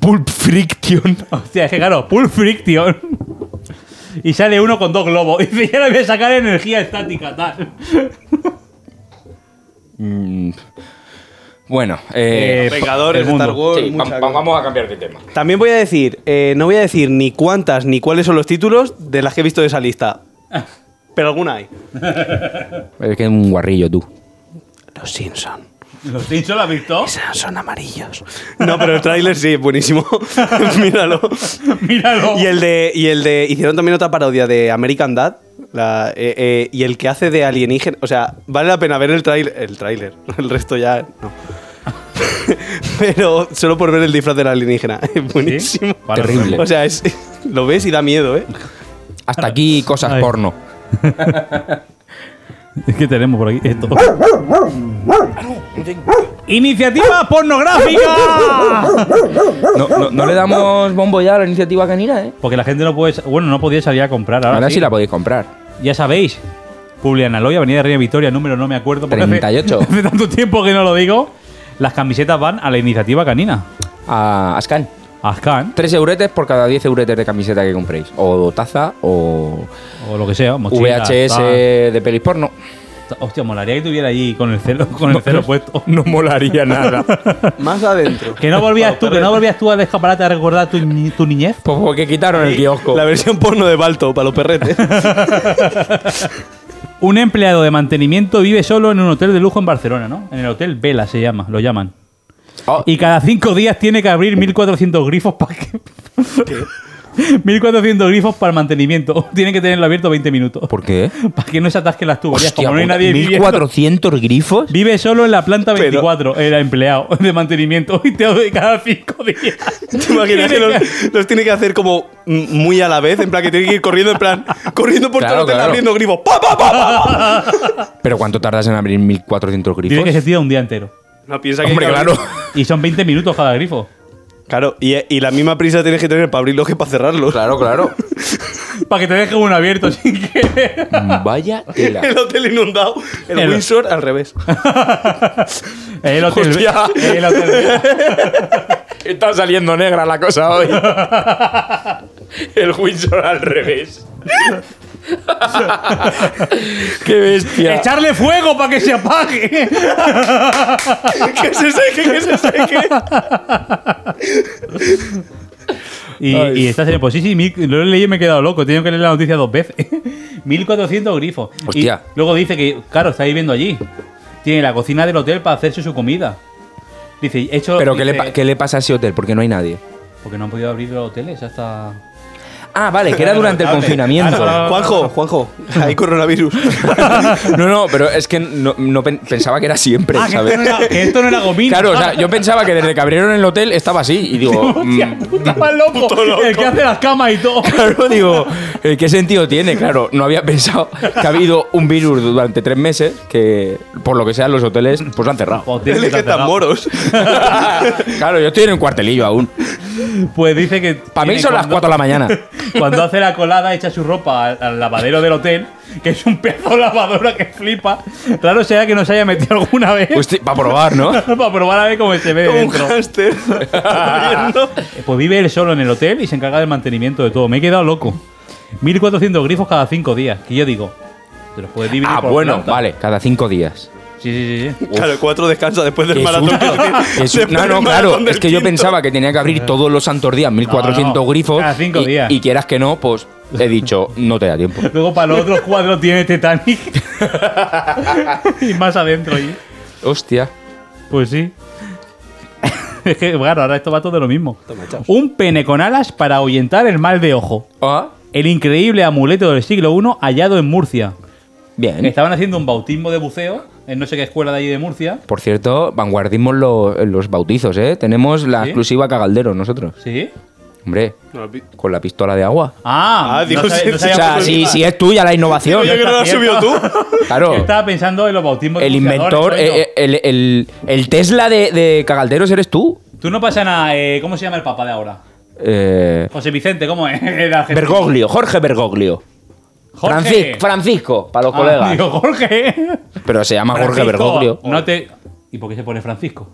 Speaker 1: Pulp Friction.
Speaker 4: Hostia, es que claro, Pulp Friction. Y sale uno con dos globos. Y dice, ya le voy a sacar energía estática, tal.
Speaker 1: Mm. Bueno, eh,
Speaker 4: Eh,
Speaker 2: Vengadores,
Speaker 4: el mundo.
Speaker 2: Star Wars.
Speaker 1: sí,
Speaker 2: mucha
Speaker 1: vam-
Speaker 2: cosa.
Speaker 1: vamos a cambiar de tema.
Speaker 2: También voy a decir, eh, no voy a decir ni cuántas ni cuáles son los títulos de las que he visto de esa lista. Pero alguna hay.
Speaker 1: Es que es un guarrillo, tú.
Speaker 2: Los Simpson.
Speaker 4: ¿Los Simpsons la has visto?
Speaker 2: Son amarillos. No, pero el tráiler sí, buenísimo. Míralo.
Speaker 4: Míralo.
Speaker 2: Y el de. Y el de. Hicieron también otra parodia de American Dad. la- eh, eh, y el que hace de alienígena. O sea, vale la pena ver el tráiler. El tráiler. El resto ya. No. pero solo por ver el disfraz del alienígena. Es buenísimo.
Speaker 4: Para
Speaker 1: Terrible.
Speaker 2: O sea, es- lo ves y da miedo, ¿eh?
Speaker 1: Hasta aquí cosas
Speaker 4: Ay.
Speaker 1: porno.
Speaker 4: Es que tenemos por aquí esto. ¡Iniciativa pornográfica!
Speaker 1: No, no- no le damos bombo ya a la iniciativa canina, ¿eh?
Speaker 4: Porque la gente no puede. sa- Bueno, no podía salir a comprar. Ahora,
Speaker 1: Ahora
Speaker 4: sí.
Speaker 1: sí la podéis comprar.
Speaker 4: Ya sabéis. Publiana Loya, Avenida Reina Victoria, número no me acuerdo. porque hace-
Speaker 1: 38.
Speaker 4: Hace, tanto tiempo que no lo digo. Las camisetas van a la iniciativa canina.
Speaker 1: A Ascan.
Speaker 4: Ascan,
Speaker 1: Tres euretes por cada 10 euretes de camiseta que compréis. O taza o
Speaker 4: o lo que sea, mochila,
Speaker 1: VHS
Speaker 4: tal.
Speaker 1: de pelis porno.
Speaker 4: Hostia, molaría que tuviera allí con el celo, con el celo puesto.
Speaker 1: No molaría nada.
Speaker 2: Más adentro.
Speaker 4: Que no volvías tú, que no volvías tú al escaparate a recordar tu, ni- tu niñez.
Speaker 1: pues porque quitaron el kiosco.
Speaker 2: La versión porno de Balto para los perretes.
Speaker 4: Un empleado de mantenimiento vive solo en un hotel de lujo en Barcelona, ¿no? En el hotel Vela se llama, lo llaman.
Speaker 1: Oh,
Speaker 4: Y cada cinco días tiene que abrir 1400 grifos para que... 1400 grifos para el mantenimiento. Tiene que tenerlo abierto 20 minutos.
Speaker 1: ¿Por qué?
Speaker 4: Para que no se atasquen las tuberías.
Speaker 1: Hostia,
Speaker 4: Como no hay
Speaker 1: puta,
Speaker 4: nadie viviendo.
Speaker 1: 1400 grifos.
Speaker 4: Vive solo en la planta
Speaker 2: Pero-
Speaker 4: 24, era empleado de mantenimiento y te doy cada cinco días.
Speaker 2: ¿Te imaginas que
Speaker 4: Tiene
Speaker 2: los, los tiene que hacer como mm, muy a la vez? En plan, que tiene que ir corriendo, en plan, corriendo por
Speaker 1: Claro,
Speaker 2: todo el hotel
Speaker 1: claro.
Speaker 2: abriendo grifos. ¡Pa, pa, pa, pa, pa!
Speaker 1: ¿Pero cuánto tardas en abrir 1400
Speaker 4: Tiene que
Speaker 1: grifos?
Speaker 4: se tira un día entero.
Speaker 2: No piensa que.
Speaker 1: Hombre,
Speaker 2: hay que
Speaker 1: claro.
Speaker 2: abrir-
Speaker 4: Y son 20 minutos cada grifo.
Speaker 2: Claro, y, y la misma prisa tienes que tener para abrirlos que para cerrarlos.
Speaker 1: Claro, claro.
Speaker 4: Para que te deje uno abierto sin que.
Speaker 1: Mm, Vaya tela.
Speaker 2: El hotel inundado, el,
Speaker 4: El-
Speaker 2: Windsor al revés.
Speaker 4: El hotel.
Speaker 1: Hostia.
Speaker 4: El hotel.
Speaker 1: Está saliendo negra la cosa hoy. El Windsor al revés. Qué bestia.
Speaker 4: Echarle fuego para que se apague.
Speaker 2: que se seque, que se seque.
Speaker 4: Y, y esta serie, pues sí, sí, mil- lo he leído y me he quedado loco. He tenido que leer la noticia dos veces. 1400 grifos. Y
Speaker 1: Hostia.
Speaker 4: luego dice que, claro, está viviendo allí. Tiene la cocina del hotel para hacerse su comida. Dice, he hecho.
Speaker 1: Pero ¿qué le,
Speaker 4: dice,
Speaker 1: pa- qué le pasa a ese hotel? Porque no hay nadie.
Speaker 4: Porque no han podido abrir los hoteles hasta.
Speaker 1: Ah, vale, que era durante el confinamiento.
Speaker 4: Claro.
Speaker 2: Juanjo, Juanjo, hay coronavirus.
Speaker 1: No, no, pero es que no, no pen- pensaba que era siempre,
Speaker 4: Ah, que esto, no
Speaker 1: ¿sabes?
Speaker 4: era, que esto no era gomina.
Speaker 1: Claro, o sea, yo pensaba que desde que abrieron el hotel estaba así. Y digo, mm,
Speaker 4: Puta, más loco. El que hace las camas y todo.
Speaker 1: claro, digo, eh, ¿qué sentido tiene? Claro, no había pensado que ha habido un virus durante tres meses que, por lo que sea, los hoteles pues lo han cerrado.
Speaker 4: Pues tiene
Speaker 2: Él es que
Speaker 4: estar
Speaker 2: están
Speaker 4: cerrado.
Speaker 2: moros.
Speaker 1: claro, yo estoy en un cuartelillo aún.
Speaker 4: Pues dice que.
Speaker 1: Para mí
Speaker 4: tiene
Speaker 1: son las 4
Speaker 4: cuando-
Speaker 1: de la mañana.
Speaker 4: Cuando hace la colada, echa su ropa al, al lavadero del hotel, que es un pedazo de lavadora que flipa. Raro sea que no se haya metido alguna vez.
Speaker 1: para probar, ¿no?
Speaker 4: Para probar a ver cómo se ve
Speaker 2: Como un
Speaker 4: dentro.
Speaker 2: hámster. corriendo.
Speaker 4: Pues vive él solo en el hotel y se encarga del mantenimiento de todo. Me he quedado loco. 1400 grifos cada 5 días. Que yo digo, te los puedes dividir
Speaker 1: Ah,
Speaker 4: por
Speaker 1: bueno,
Speaker 4: planta.
Speaker 1: vale, cada cinco días.
Speaker 4: Sí, sí, sí. sí.
Speaker 2: Claro, el cuatro descansa después del
Speaker 1: Qué
Speaker 2: maratón.
Speaker 1: susto. Qué
Speaker 2: que
Speaker 1: su-
Speaker 2: tiene.
Speaker 1: No, no,
Speaker 2: Después
Speaker 1: claro.
Speaker 2: del maratón del
Speaker 1: Es que yo
Speaker 2: quinto. Eh.
Speaker 1: pensaba que tenía que abrir todos los santos días 1400
Speaker 4: No, no,
Speaker 1: grifos.
Speaker 4: cada cinco
Speaker 1: y,
Speaker 4: días.
Speaker 1: y quieras que no, pues he dicho, no te da tiempo.
Speaker 4: Luego para los otros cuadros tiene Titanic. y más adentro allí.
Speaker 1: Hostia.
Speaker 4: Pues sí. es que, claro, ahora esto va todo de lo mismo. Un pene con alas para ahuyentar el mal de ojo.
Speaker 1: Ah,
Speaker 4: El increíble amuleto del siglo I hallado en Murcia.
Speaker 2: ¿Eh?
Speaker 1: bien.
Speaker 4: Estaban haciendo un bautismo de buceo en no sé qué escuela de allí de Murcia.
Speaker 1: Por cierto, vanguardimos lo- los bautizos, ¿eh? Tenemos la
Speaker 4: ¿Sí?
Speaker 1: exclusiva Cagaldero nosotros.
Speaker 4: ¿Sí?
Speaker 1: Hombre,
Speaker 2: No, lo pi-
Speaker 1: con la pistola de agua.
Speaker 4: Ah,
Speaker 2: Ah, Dios,
Speaker 4: sabía-
Speaker 2: sí,
Speaker 1: O
Speaker 4: sabía
Speaker 1: sea,
Speaker 4: por qué
Speaker 1: si,
Speaker 4: iba.
Speaker 1: si es tuya la innovación.
Speaker 2: Oye, que no lo has subido tú.
Speaker 1: Claro.
Speaker 4: Yo estaba pensando en los bautismos de
Speaker 1: El
Speaker 4: buceadores,
Speaker 1: inventor,
Speaker 4: coño.
Speaker 1: eh, eh, el, el- el Tesla de, de Cagalderos eres tú.
Speaker 4: Tú no pasas nada. eh, ¿Cómo se llama el papa de ahora?
Speaker 1: Eh,
Speaker 4: José Vicente, ¿cómo es? El argentino.
Speaker 1: Bergoglio, Jorge Bergoglio.
Speaker 4: Jorge.
Speaker 1: Francis- Francisco, para los
Speaker 4: Ah,
Speaker 1: colegas.
Speaker 4: digo, Jorge.
Speaker 1: Pero se llama Jorge
Speaker 4: Francisco,
Speaker 1: Bergoglio.
Speaker 4: No te... ¿Y por qué se pone Francisco?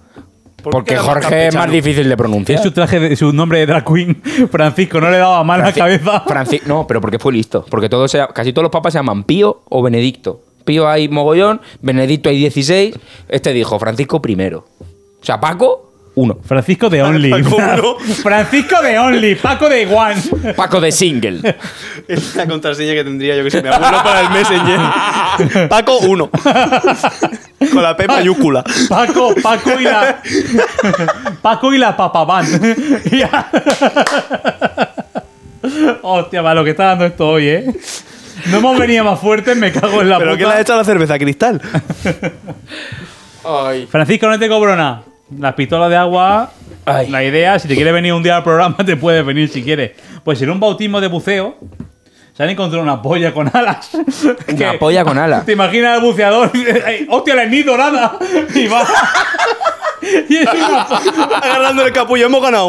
Speaker 1: Porque Jorge es más difícil de pronunciar.
Speaker 4: Es su traje, de- su nombre de drag queen. Francisco, no le daba mal la
Speaker 1: Franci-
Speaker 4: cabeza.
Speaker 1: Franci- no, pero porque fue listo. Porque todos se- casi todos los papas se llaman Pío o Benedicto. Pío hay mogollón, Benedicto hay 16. Este dijo Francisco primero. O sea, Paco, uno.
Speaker 4: Francisco de Only.
Speaker 2: Paco, uno.
Speaker 4: Francisco de Only. Paco de Juan.
Speaker 1: Paco de single.
Speaker 2: Es la contraseña que tendría yo que sé, mi abuelo para el Messenger. Paco 1. Con la P mayúscula.
Speaker 4: Paco, Paco y la. Paco y la papaban. Ya. Hostia, va, lo que está dando esto hoy, eh. No hemos venido más fuertes, me cago en la
Speaker 2: ¿Pero
Speaker 4: puta.
Speaker 2: qué le ha hecho a la cerveza cristal?
Speaker 4: Francisco, no te cobro nada. Las pistolas de agua,
Speaker 1: Ay.
Speaker 4: la idea, si te quieres venir un día al programa, te puedes venir si quieres. Pues en un bautismo de buceo, se han encontrado una polla con alas.
Speaker 1: Una polla con alas.
Speaker 4: Te imaginas al buceador, ¡Ay, hostia, la ni dorada. Y va. y, es una, po-
Speaker 2: Agarrando el capullo, hemos ganado.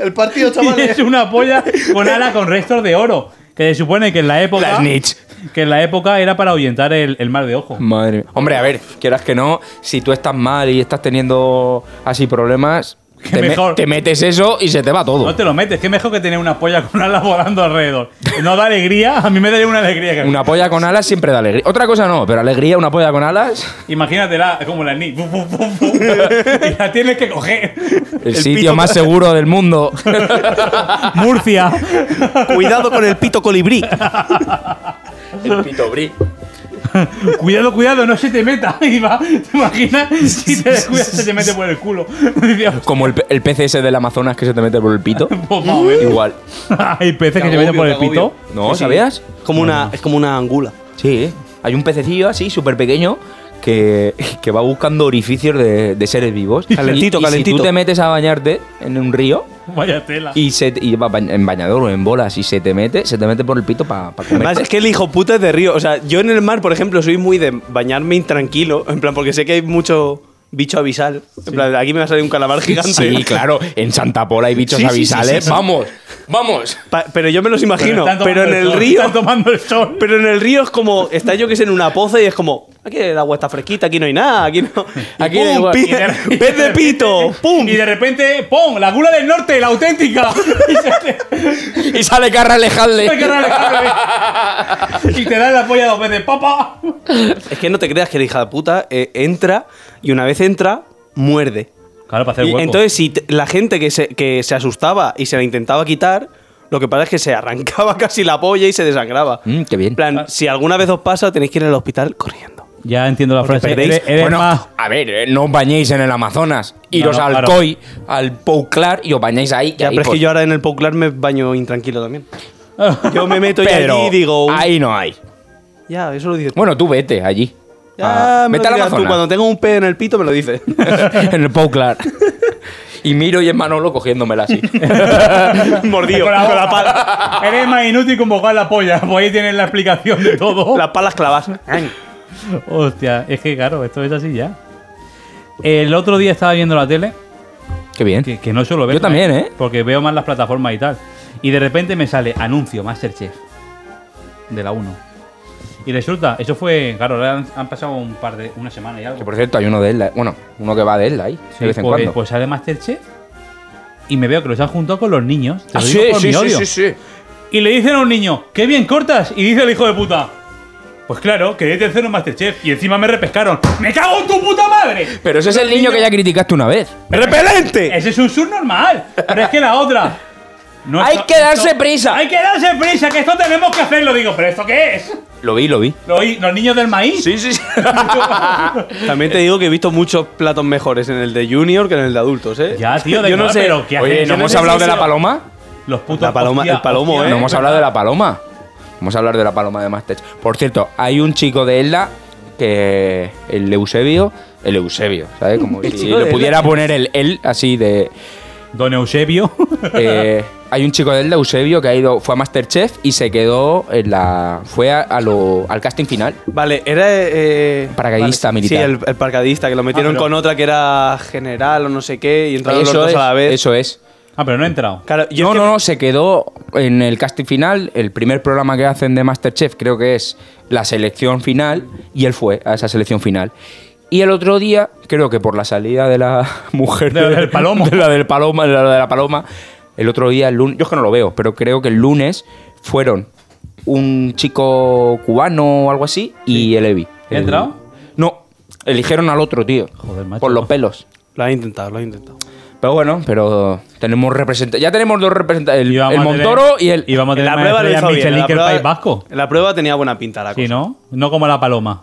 Speaker 2: El partido,
Speaker 4: y es
Speaker 2: chavales.
Speaker 4: una polla con alas con restos de oro. Que se supone que en la época.
Speaker 1: Las Nietzsche.
Speaker 4: que en la época era para ahuyentar el, el mal de ojo.
Speaker 1: Madre mía. Hombre, a ver, quieras que no, si tú estás mal y estás teniendo así problemas, te, me-
Speaker 4: mejor.
Speaker 1: te metes eso y se te va todo.
Speaker 4: No te lo metes, que mejor que tener una polla con alas volando alrededor. No da alegría, a mí me daría una alegría. que-
Speaker 1: Una polla con alas siempre da alegría. Otra cosa no, pero alegría, una polla con alas.
Speaker 4: Imagínate la, como la ni. fu, fu, fu, fu. y la tienes que coger.
Speaker 1: El, sitio más seguro del mundo.
Speaker 4: Murcia.
Speaker 2: Cuidado con el pito colibrí.
Speaker 1: El pitobrí.
Speaker 4: cuidado, cuidado, no se te meta. Y va, ¿te imaginas? Si te descuidas, se te mete por el culo. Dios,
Speaker 1: Como el, pe- el pez ese del Amazonas que se te mete por el pito.
Speaker 4: pues, más o menos.
Speaker 1: Igual.
Speaker 4: Hay peces que se meten por el pito.
Speaker 1: ¿No? ¿Sabías?
Speaker 2: Como una, es como una angula.
Speaker 1: Sí. Hay un pececillo así, súper pequeño, que, que va buscando orificios de, de seres vivos.
Speaker 2: Calentito,
Speaker 1: Y- y Si
Speaker 2: calentito.
Speaker 1: tú te metes a bañarte en un río
Speaker 4: Vaya tela.
Speaker 1: y, se, te- y va ba- en bañador o en bolas y se te mete, se te mete por el pito para comer.
Speaker 2: Además, es que el hijo puta es de río. O sea, yo en el mar, por ejemplo, soy muy de bañarme intranquilo. En plan, porque sé que hay mucho bicho abisal. En plan, aquí me va a salir un calamar gigante.
Speaker 1: Sí, claro, en Santa Pola hay bichos
Speaker 2: Sí, sí, sí,
Speaker 1: abisales.
Speaker 2: sí, sí.
Speaker 1: Vamos, vamos.
Speaker 2: Pa- pero yo me los imagino.
Speaker 4: están
Speaker 2: Pero,
Speaker 4: tomando
Speaker 2: en el
Speaker 4: sol,
Speaker 2: río.
Speaker 4: Están tomando el sol.
Speaker 2: Pero en el río es como. Está yo que sé en una poza y es como. Aquí el agua está fresquita, aquí no hay nada, aquí no.
Speaker 1: Aquí
Speaker 2: Y
Speaker 1: da
Speaker 2: pum,
Speaker 1: igual.
Speaker 2: pi-
Speaker 1: Y de
Speaker 2: pez de pito, pum.
Speaker 4: Y de repente, ¡pum! La gula del norte, la auténtica. Y se te-
Speaker 1: Y sale Carra Lejalde.
Speaker 4: Hay que ralejarle. Y te dan la polla dos veces, papá.
Speaker 2: Es que no te creas que la hija de puta eh, entra y una vez entra, muerde.
Speaker 4: Claro, para hacer
Speaker 2: Y
Speaker 4: hueco.
Speaker 2: entonces, si te- la gente que se, que se asustaba y se la intentaba quitar, lo que pasa es que se arrancaba casi la polla y se desangraba.
Speaker 1: Mm, qué bien.
Speaker 2: En plan, si alguna vez os pasa, tenéis que ir al hospital corriendo.
Speaker 4: ya entiendo la frase.
Speaker 2: perdéis.
Speaker 4: Eres, eres
Speaker 1: bueno,
Speaker 4: más.
Speaker 1: a ver, eh, no os bañéis en el Amazonas. Iros
Speaker 4: no,
Speaker 1: al
Speaker 4: claro.
Speaker 1: Coy, al Pou Clar y os bañáis ahí. que
Speaker 2: Ya,
Speaker 1: ahí,
Speaker 2: pero es que
Speaker 1: pues,
Speaker 2: yo ahora en el Pouclar me baño intranquilo también. Yo me meto ya
Speaker 1: Pedro,
Speaker 2: allí y digo.
Speaker 1: ahí no hay.
Speaker 2: Ya, eso lo dices. tú.
Speaker 1: Bueno, tú vete allí.
Speaker 2: ya
Speaker 1: Ah,
Speaker 2: me lo
Speaker 1: vete al
Speaker 2: dirás tú,
Speaker 1: Amazonas.
Speaker 2: cuando tengo un pez en el pito me lo dices.
Speaker 1: en el Pou Clar. Y miro y es Manolo cogiéndomela así.
Speaker 2: Mordido,
Speaker 4: Con la
Speaker 2: con la
Speaker 4: boca.
Speaker 2: pala.
Speaker 4: Eres más inútil con bocar la polla. Pues ahí tienes la explicación de todo.
Speaker 2: Las palas clavas. Ay.
Speaker 4: Hostia, es que claro, esto es así ya. El otro día estaba viendo la tele,
Speaker 1: qué bien.
Speaker 4: que, que no suelo ver.
Speaker 1: Yo también, ¿eh?
Speaker 4: Porque veo más las plataformas y tal. Y de repente me sale anuncio Masterchef de la 1. Y resulta, eso fue, claro, ahora han, han pasado un par de, una semana y algo.
Speaker 1: Que por cierto, hay uno de Elda. Bueno, uno que va de Elda ahí.
Speaker 4: Sí,
Speaker 1: de vez en
Speaker 4: pues,
Speaker 1: cuando.
Speaker 4: pues sale Masterchef y me veo que los han juntado con los niños. Te
Speaker 1: Ah,
Speaker 4: lo digo por mi odio.
Speaker 1: sí.
Speaker 4: Y le dicen a un niño, ¡qué bien cortas! Y dice el hijo de puta, Pues claro, quedé tercero en Masterchef y encima me repescaron. ¡Me cago en tu puta madre!
Speaker 1: Pero ese es el niño que ya criticaste una vez. Eh,
Speaker 2: ¡Repelente!
Speaker 4: Ese es un subnormal. Pero es que la otra. no
Speaker 1: Hay
Speaker 4: está-
Speaker 1: que darse
Speaker 4: esto-
Speaker 1: prisa.
Speaker 4: Hay que darse prisa, que esto tenemos que hacerlo. Digo, ¿pero esto qué es?
Speaker 1: Lo vi, lo vi.
Speaker 4: ¿Lo- ¿Los niños del maíz?
Speaker 1: Sí, sí, sí.
Speaker 2: También te digo que he visto muchos platos mejores en el de junior que en el de adultos, ¿eh?
Speaker 4: Ya, tío, de
Speaker 2: Yo no
Speaker 4: verdad,
Speaker 2: sé.
Speaker 4: pero ¿qué
Speaker 1: Oye,
Speaker 4: hacen?
Speaker 1: ¿no
Speaker 4: Yo
Speaker 1: hemos
Speaker 4: sé
Speaker 1: hablado
Speaker 4: si
Speaker 1: de la
Speaker 4: eso-
Speaker 1: paloma?
Speaker 4: Los putos.
Speaker 2: La paloma- el palomo, ¿eh?
Speaker 1: No hemos hablado de la paloma. Hemos hablado de la paloma de Masterchef. Por cierto, hay un chico de Elda que. El Eusebio. El Eusebio, ¿sabes? Como si
Speaker 2: chico de
Speaker 1: le
Speaker 2: Elda.
Speaker 1: pudiera poner el él así de.
Speaker 4: Don Eusebio.
Speaker 1: eh, hay un chico de Elda, Eusebio, que ha ido. Fue a Masterchef y se quedó en la. Fue a, a lo- al casting final.
Speaker 2: Vale, era. Eh,
Speaker 1: Paracaidista
Speaker 2: vale.
Speaker 1: militar.
Speaker 2: Sí, el, el paracaidista, que lo metieron
Speaker 4: Ah, pero-
Speaker 2: con otra que era general o no sé qué, y entraron los
Speaker 1: Eso
Speaker 2: dos
Speaker 1: es,
Speaker 2: a la vez.
Speaker 1: eso es.
Speaker 4: ah, pero no he entrado.
Speaker 2: Claro, yo
Speaker 1: no,
Speaker 2: es que-
Speaker 1: no, no, se quedó en el casting final, el primer programa que hacen de Masterchef creo que es la selección final, y él fue a esa selección final. Y el otro día, creo que por la salida de la mujer
Speaker 4: De la del palomo.
Speaker 1: de la del paloma, de la de la paloma, el otro día, el lunes, yo es que no lo veo, pero creo que el lunes fueron un chico cubano o algo así y el Evi.
Speaker 4: ¿Ha
Speaker 1: El-
Speaker 4: entrado?
Speaker 1: No, eligieron al otro tío,
Speaker 4: Joder, macho.
Speaker 1: por los pelos.
Speaker 2: Lo has intentado, lo has intado.
Speaker 1: Pero bueno, pero tenemos representantes. Ya tenemos dos representantes: el,
Speaker 4: Y vamos
Speaker 1: el
Speaker 4: a tener-
Speaker 1: Montoro y el.
Speaker 4: Y vamos a tener más
Speaker 2: lo
Speaker 4: estrellas
Speaker 2: hizo bien, en
Speaker 4: Michelin
Speaker 2: la
Speaker 4: que el
Speaker 2: prueba-
Speaker 4: País Vasco.
Speaker 2: en la prueba tenía buena pinta la
Speaker 4: Sí,
Speaker 2: cosa.
Speaker 4: ¿no? No como la paloma.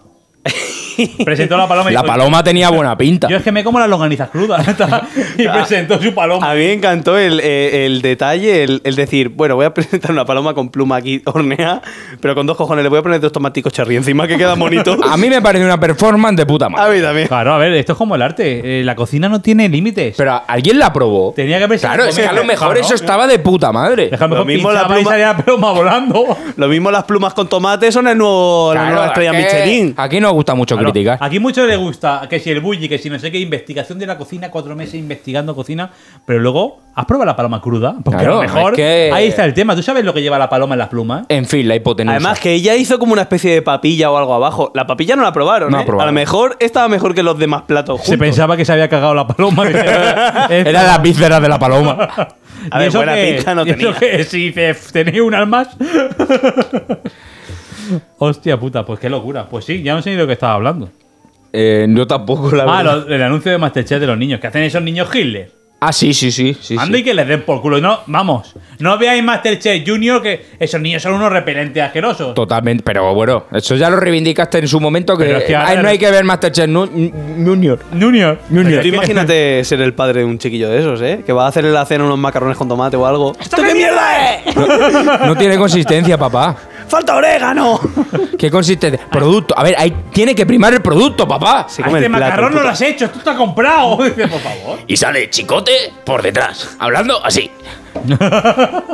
Speaker 4: Presentó la paloma y
Speaker 1: La
Speaker 4: dijo,
Speaker 1: paloma tenía buena pinta.
Speaker 4: Yo es que me como las longanizas crudas. y presentó su paloma.
Speaker 2: A mí me encantó el, eh, el detalle, el, el decir, bueno, voy a presentar una paloma con pluma aquí hornea, pero con dos cojones le voy a poner dos tomáticos cherry encima que queda bonito.
Speaker 1: A mí me parece una performance de puta
Speaker 2: A
Speaker 1: madre.
Speaker 2: mí también.
Speaker 4: Claro, a ver, esto es como el arte. eh, la cocina no tiene límites.
Speaker 1: Pero alguien la probó.
Speaker 4: Tenía que presentar
Speaker 1: Claro, es que a lo
Speaker 4: comida.
Speaker 1: mejor
Speaker 4: Claro.
Speaker 1: eso estaba de puta madre.
Speaker 4: Deja mejor
Speaker 2: Lo mismo la
Speaker 4: pinchaba y
Speaker 2: pluma-
Speaker 4: salía la paloma volando.
Speaker 2: Lo mismo las plumas con tomate son el nuevo, la
Speaker 1: Claro,
Speaker 2: nueva estrella
Speaker 1: es que
Speaker 2: Michelin.
Speaker 1: Aquí nos gusta mucho
Speaker 4: Claro,
Speaker 1: criticar.
Speaker 4: Aquí mucho le gusta que si el bully, que si no sé qué, investigación de la cocina, cuatro meses investigando cocina, pero luego has probado la paloma cruda, porque a
Speaker 1: Claro,
Speaker 4: lo mejor
Speaker 1: es que-
Speaker 4: ahí está el tema. ¿Tú sabes lo que lleva la paloma en las plumas?
Speaker 1: En fin, la hipotenusa.
Speaker 2: Además, que ella hizo como una especie de papilla o algo abajo. La papilla no la probaron,
Speaker 1: No
Speaker 2: ¿eh?
Speaker 1: la probaron.
Speaker 2: A lo mejor estaba mejor que los demás platos
Speaker 4: Se
Speaker 2: juntos.
Speaker 4: pensaba que se había cagado la paloma.
Speaker 1: Eran las vísceras de la
Speaker 4: Ah,
Speaker 1: paloma.
Speaker 2: A ver, buena pinta no tenía.
Speaker 4: si te- tenía un almas. Hostia puta, pues qué locura. Pues sí, ya no sé ni de lo que estaba hablando.
Speaker 1: Eh, yo tampoco, la
Speaker 4: Ah,
Speaker 1: verdad.
Speaker 4: lo- el anuncio de Masterchef de los niños. ¿Qué hacen esos niños Hitler?
Speaker 1: Ah, sí, sí, sí. sí,
Speaker 4: Anda
Speaker 1: sí.
Speaker 4: y que les den por culo. No, vamos, no veáis Masterchef Junior que esos niños son unos repelentes asquerosos.
Speaker 1: Totalmente, pero bueno, eso ya lo reivindicaste en su momento que,
Speaker 4: Pero es que ahora
Speaker 1: Ay, no
Speaker 4: no-
Speaker 1: hay que ver Masterchef Nu- Junior.
Speaker 4: Junior.
Speaker 2: Pero tú imagínate ser el padre de un chiquillo de esos, ¿eh? Que va a hacerle la cena unos macarrones con tomate o algo.
Speaker 3: ¿Esto qué mierda es?
Speaker 1: No tiene consistencia, papá.
Speaker 2: ¡Falta orégano!
Speaker 1: ¿Qué consistencia? Producto. A ver, ahí tiene que primar el producto, papá.
Speaker 2: Se
Speaker 4: A
Speaker 2: come
Speaker 4: este
Speaker 2: el plato,
Speaker 4: macarrón no
Speaker 2: puta.
Speaker 4: lo has hecho, esto está comprado. Dice, por favor.
Speaker 1: Y sale chicote por detrás, hablando así.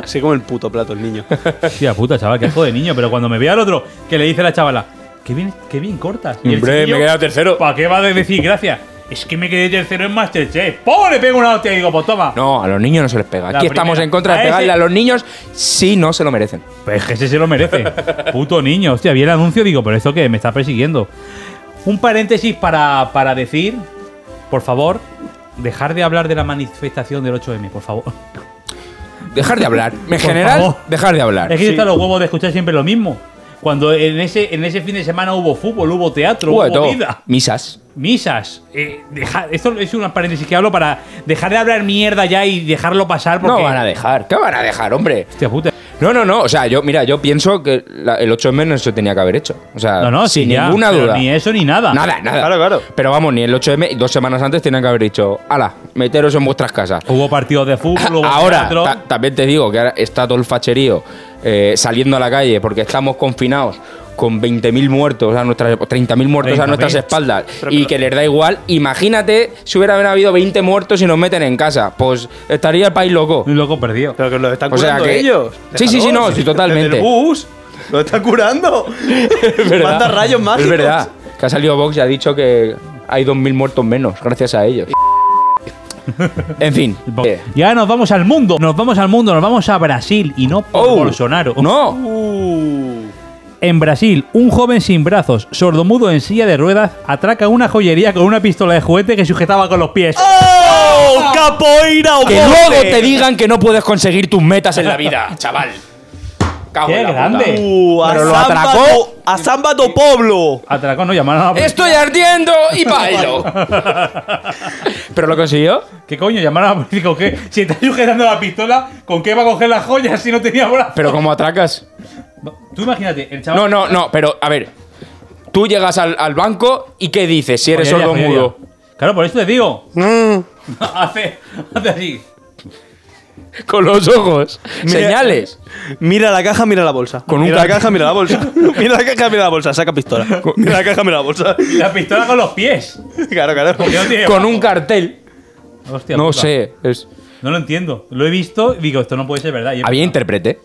Speaker 2: Se come el puto plato el niño.
Speaker 4: Hostia puta, chaval, qué hijo de niño. Pero cuando me vea al otro que le dice la chavala, qué bien, qué bien cortas. Y el
Speaker 1: Hombre,
Speaker 4: chiquillo,
Speaker 1: me he quedado tercero.
Speaker 4: ¿Para qué va a decir gracias? Es que me quedé tercero en Masterchef. "Eh, ¡Pobre! Le pego una hostia y digo, pues toma.
Speaker 1: No, a los niños no se les pega.
Speaker 4: La
Speaker 1: Aquí estamos
Speaker 4: primera.
Speaker 1: en contra
Speaker 4: A
Speaker 1: de
Speaker 4: ese-
Speaker 1: pegarle a los niños si no se lo merecen.
Speaker 4: Pues que ese se lo merece. Puto niño. Hostia, vi el anuncio y digo, pero esto que me está persiguiendo. Un paréntesis para, para decir, por favor, dejar de hablar de la manifestación del 8M, por favor.
Speaker 1: Dejar de hablar. En
Speaker 4: Por
Speaker 1: general,
Speaker 4: favor.
Speaker 1: dejar de hablar.
Speaker 4: Es que yo están los huevos de escuchar siempre lo mismo. Cuando en ese, en ese fin de semana hubo fútbol, hubo teatro,
Speaker 1: Hubo de
Speaker 4: hubo
Speaker 1: todo.
Speaker 4: vida.
Speaker 1: Misas.
Speaker 4: Misas. Eh, deja- esto es un paréntesis que hablo para dejar de hablar mierda ya y dejarlo pasar porque.
Speaker 1: No van a dejar. ¿Qué van a dejar, hombre?
Speaker 4: Hostia puta.
Speaker 1: No, no, no. O sea, yo, mira, yo pienso que la- el 8M no se tenía que haber hecho. O sea,
Speaker 4: No, no,
Speaker 1: sin
Speaker 4: sí, ya,
Speaker 1: ninguna
Speaker 4: pero
Speaker 1: duda.
Speaker 4: Ni eso ni nada.
Speaker 1: Nada, nada.
Speaker 2: Claro, claro.
Speaker 1: Pero vamos, ni el 8M, y dos semanas antes tenían que haber dicho, ala, meteros en vuestras casas.
Speaker 4: Hubo partidos de fútbol, hubo
Speaker 1: Ahora,
Speaker 4: teatro.
Speaker 1: ta- también te digo que ahora está todo el facherío eh, saliendo a la calle porque estamos confinados con 20.000 muertos a nuestras 30.000 muertos a
Speaker 4: 30.000.
Speaker 1: nuestras espaldas y que les da igual. Imagínate si hubieran habido 20 muertos y nos meten en casa, pues estaría el país loco.
Speaker 4: Un loco perdido.
Speaker 2: Pero que lo están
Speaker 1: O sea
Speaker 2: curando
Speaker 1: que-
Speaker 2: ellos.
Speaker 1: Sí, sí, sí, no, sí, totalmente.
Speaker 2: El bus. Lo está curando.
Speaker 1: verdad.
Speaker 2: Manda rayos mágicos.
Speaker 1: Es verdad, que ha salido Vox y ha dicho que hay 2.000 muertos menos gracias a ellos. en fin. eh,
Speaker 4: Y ahora nos vamos al mundo. Nos vamos al mundo, nos vamos a Brasil y no por
Speaker 1: Oh,
Speaker 4: Bolsonaro.
Speaker 1: No.
Speaker 4: En Brasil, un joven sin brazos, sordomudo en silla de ruedas, atraca una joyería con una pistola de juguete que sujetaba con los pies.
Speaker 2: ¡Oh! ¡Capoeira o
Speaker 1: Que
Speaker 2: boxe!
Speaker 1: luego te digan que no puedes conseguir tus metas en la vida, chaval. Cago
Speaker 4: ¡Qué
Speaker 1: en la
Speaker 4: grande!
Speaker 1: puta.
Speaker 2: Uh, a
Speaker 1: Pero lo
Speaker 2: samba
Speaker 1: atracó.
Speaker 2: do- a Samba do Pueblo.
Speaker 4: Atracó, no llamaron a la policía.
Speaker 1: Estoy ardiendo y bailo. ¿Pero lo consiguió?
Speaker 4: ¿Qué coño? ¿Llamaron a la policía? ¿Con qué? Si estás sujetando la pistola, ¿con qué va a coger las joyas si no tenía brazos?
Speaker 1: ¿Pero cómo atracas?
Speaker 4: Tú imagínate, el chaval.
Speaker 1: No, no, no, pero a ver. Tú llegas al, al banco y ¿qué dices si eres
Speaker 4: Joyería,
Speaker 1: sordo
Speaker 4: joyería.
Speaker 1: mudo?
Speaker 4: Claro, por eso te digo. hace, hace así.
Speaker 1: Con los ojos. Señales.
Speaker 2: Mira la caja, mira la bolsa.
Speaker 1: Con un
Speaker 2: mira la
Speaker 1: cat-
Speaker 2: caja, mira la bolsa. mira la caja, mira la bolsa. Saca pistola. Mira la caja, mira la bolsa.
Speaker 4: La pistola con los pies.
Speaker 2: claro, claro.
Speaker 4: Porque no tiene
Speaker 1: Con
Speaker 4: brazos.
Speaker 1: un cartel.
Speaker 4: Hostia,
Speaker 1: No
Speaker 4: puta.
Speaker 1: sé. es-
Speaker 4: No lo entiendo. Lo he visto y digo, esto no puede ser verdad. Y he
Speaker 1: Había
Speaker 4: empezado.
Speaker 1: intérprete.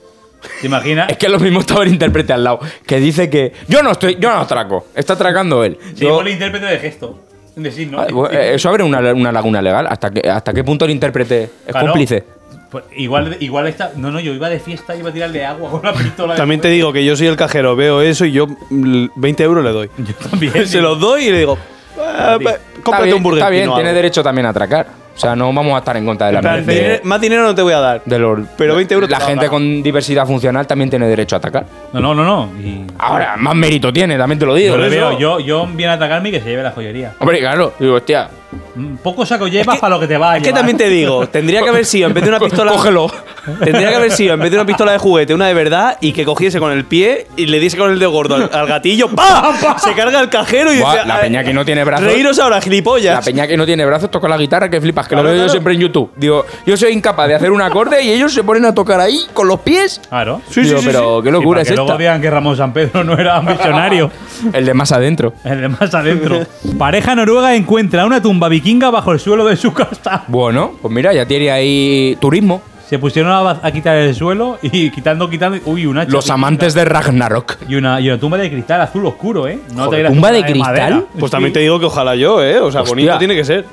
Speaker 4: ¿Te imaginas?
Speaker 1: Es que lo mismo estaba el intérprete al lado. Que dice que. Yo no estoy. Yo no atraco. Está atracando él.
Speaker 4: Se
Speaker 1: Yo-
Speaker 4: llevó el intérprete de gesto. De signo.
Speaker 1: Ah, bueno, eh, Eso abre una, una laguna legal. ¿Hasta qué, ¿Hasta qué punto el intérprete es
Speaker 4: Claro.
Speaker 1: cómplice?
Speaker 4: Pues igual, igual esta. No, no, yo iba de fiesta, iba a tirarle agua con la pistola. de-
Speaker 2: También te digo que yo soy el cajero, veo eso y yo mm, 20 euros le doy.
Speaker 4: Yo también.
Speaker 2: Se los doy y le digo, "Eh,
Speaker 4: Está
Speaker 1: Está
Speaker 2: cómprate
Speaker 1: bien,
Speaker 2: un burger.
Speaker 1: Está bien,
Speaker 2: King o
Speaker 1: tiene
Speaker 2: algo".
Speaker 1: derecho también a atracar. O sea, no vamos a estar en contra de la
Speaker 2: En plan,
Speaker 1: de-
Speaker 2: "Dinero- Más dinero no te voy a dar.
Speaker 1: de los-
Speaker 2: pero 20 euros
Speaker 1: La
Speaker 2: te va a
Speaker 1: gente
Speaker 2: dar.
Speaker 1: con diversidad funcional también tiene derecho a atacar.
Speaker 4: No, no, no, no. Y
Speaker 1: Ahora, más mérito tiene, también te lo digo.
Speaker 4: yo le
Speaker 1: Por eso-
Speaker 4: veo, yo, yo viene a atacarme y que se lleve la joyería.
Speaker 1: Hombre, claro, digo, hostia.
Speaker 4: Mm, Poco saco llevas para lo que te va a
Speaker 2: Es que
Speaker 4: llevar.
Speaker 2: también te digo, tendría que haber sido en vez de una pistola.
Speaker 1: Cógelo.
Speaker 2: Tendría que haber sido en vez de una pistola de juguete, una de verdad, y que cogiese con el pie y le diese con el dedo gordo al, al gatillo. ¡pam! Se carga el cajero y
Speaker 1: Buah,
Speaker 2: dice.
Speaker 1: la
Speaker 2: "Ah,
Speaker 1: peña que no tiene brazos.
Speaker 2: Reíros ahora,
Speaker 1: La
Speaker 2: gilipollas.
Speaker 1: peña que no tiene brazos toca la guitarra que flipas, que lo
Speaker 2: Claro,
Speaker 1: veo yo
Speaker 2: claro.
Speaker 1: siempre en YouTube. Digo, yo soy incapaz de hacer un acorde y ellos se ponen a tocar ahí con los pies.
Speaker 4: Claro.
Speaker 1: Digo, pero qué locura
Speaker 4: Sí, para
Speaker 1: es
Speaker 4: que luego
Speaker 1: esta.
Speaker 4: digan que Ramón San Pedro no era misionario.
Speaker 1: El de más adentro.
Speaker 4: El de más adentro. Pareja noruega encuentra una tumba vikinga bajo el suelo de su casa.
Speaker 1: Bueno, pues mira, ya tiene ahí turismo.
Speaker 4: Sí, Se pusieron a, a quitar el suelo y quitando, quitando. Uy, una
Speaker 1: Los
Speaker 4: chiquitita.
Speaker 1: amantes de Ragnarok.
Speaker 4: Y una, y una tumba de cristal azul oscuro, ¿eh? No
Speaker 1: Joder,
Speaker 4: creas que
Speaker 1: ¿tumba
Speaker 4: es
Speaker 1: de
Speaker 4: una
Speaker 1: cristal?
Speaker 4: madera.
Speaker 2: Pues
Speaker 4: Sí.
Speaker 2: también te digo que ojalá yo, ¿eh? O sea,
Speaker 1: Hostia.
Speaker 2: bonito tiene que ser.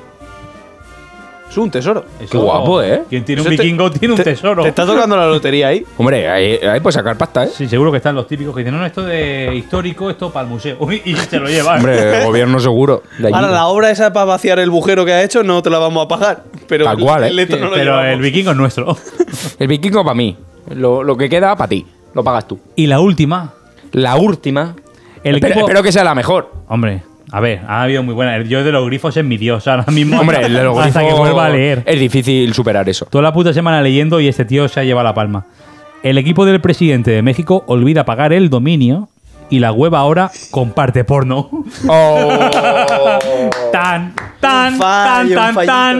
Speaker 2: Es un tesoro.
Speaker 4: Eso-
Speaker 1: Qué guapo, ¿eh?
Speaker 4: Quien tiene un
Speaker 2: Eso te-
Speaker 4: vikingo tiene un
Speaker 2: te-
Speaker 4: tesoro.
Speaker 2: Te está tocando la lotería ahí.
Speaker 1: Hombre, ahí, ahí puedes sacar pasta, ¿eh?
Speaker 4: Sí, seguro que están los típicos que dicen, no, no, esto de histórico, esto para el museo. Uy, y se lo llevan.
Speaker 1: Hombre, gobierno seguro. de allí.
Speaker 2: Ahora, la obra esa para vaciar el bujero que ha hecho no te la vamos a pagar. Pero
Speaker 1: Tal cual, ¿eh?
Speaker 2: el leto no lo
Speaker 4: Pero
Speaker 2: llevamos.
Speaker 4: el vikingo es nuestro.
Speaker 1: El vikingo para mí. Lo, lo que queda para ti. Lo pagas tú.
Speaker 4: y la última.
Speaker 1: La última.
Speaker 4: El
Speaker 1: espero,
Speaker 4: equipo-
Speaker 1: espero que sea la mejor.
Speaker 4: Hombre, a ver, ha habido muy buena. El dios de los grifos es mi dios ahora mismo.
Speaker 1: Hombre, el de los
Speaker 4: Hasta que
Speaker 1: grifos
Speaker 4: vuelva a leer.
Speaker 1: Es difícil superar eso.
Speaker 4: Toda la puta semana leyendo y este tío se ha llevado la palma. El equipo del presidente de México olvida pagar el dominio y la web ahora comparte porno. Oh. tan, tan,
Speaker 2: Oh. Un fallo,
Speaker 4: tan,
Speaker 2: un
Speaker 4: tan,
Speaker 2: fallito.
Speaker 4: tan,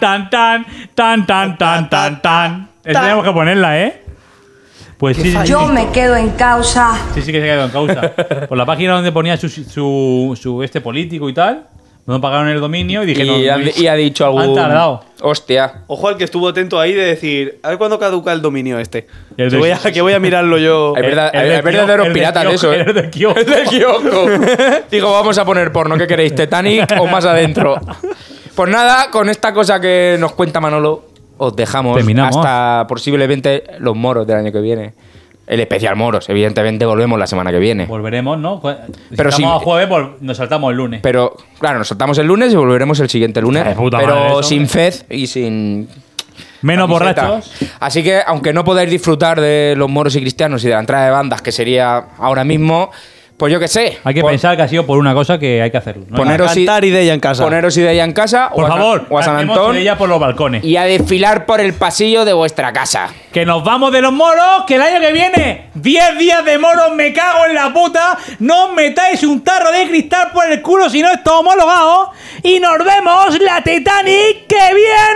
Speaker 4: tan, tan, tan, tan, tan, tan, tan. Esa Tenemos que ponerla, ¿eh? Pues sí, sí, sí.
Speaker 6: Yo me quedo en causa.
Speaker 4: Sí, sí que se quedó en causa. Por la página donde ponía su, su, su este político y tal, no pagaron el dominio y
Speaker 1: y,
Speaker 4: dijeron.
Speaker 1: ha,
Speaker 4: "Uy,
Speaker 1: y ha dicho algún.
Speaker 4: Han tardado.
Speaker 1: Hostia.
Speaker 2: Ojo al que estuvo atento ahí de decir, a ver cuándo caduca el dominio este.
Speaker 4: El
Speaker 2: Que
Speaker 4: de-
Speaker 2: voy a, que voy a mirarlo yo.
Speaker 1: Hay, verdad,
Speaker 4: el
Speaker 1: hay-
Speaker 4: del
Speaker 1: hay verdaderos
Speaker 4: kiosco, el del
Speaker 1: piratas de eso,
Speaker 4: kiosco,
Speaker 1: ¿eh?
Speaker 4: el del kiosco.
Speaker 1: El del kiosco. Digo, vamos a poner porno. ¿Qué queréis? ¿Titanic o más adentro? Pues nada, con esta cosa que nos cuenta Manolo, os dejamos
Speaker 4: Terminamos.
Speaker 1: hasta posiblemente los moros del año que viene. El especial moros, evidentemente volvemos la semana que viene.
Speaker 4: Volveremos, ¿no? Cu- Si
Speaker 1: Pero
Speaker 4: estamos
Speaker 1: sí.
Speaker 4: a jueves, vol- nos saltamos el lunes.
Speaker 1: Pero, claro, nos saltamos el lunes y volveremos el siguiente lunes.
Speaker 4: Hija de puta
Speaker 1: pero
Speaker 4: madre, eso,
Speaker 1: sin
Speaker 4: hombre.
Speaker 1: fez y sin.
Speaker 4: Menos
Speaker 1: camiseta.
Speaker 4: borrachos.
Speaker 1: Así que, aunque no podáis disfrutar de los moros y cristianos y de la entrada de bandas, que sería ahora mismo, pues yo qué sé.
Speaker 4: Hay que
Speaker 1: pon-
Speaker 4: pensar que ha sido por una cosa que hay que hacerlo. ¿no?
Speaker 1: Poneros i-
Speaker 2: cantar Idea en casa.
Speaker 1: Poneros idea en casa
Speaker 4: por
Speaker 1: o, a, San-
Speaker 4: favor,
Speaker 1: o a San
Speaker 4: hacemos
Speaker 1: Antón
Speaker 4: ella por los balcones.
Speaker 1: y a desfilar por el pasillo de vuestra casa.
Speaker 4: Que nos vamos de los moros, que el año que viene, 10 días de moros, me cago en la puta. No os metáis un tarro de cristal por el culo si no está homologado. Y nos vemos la Titanic que viene.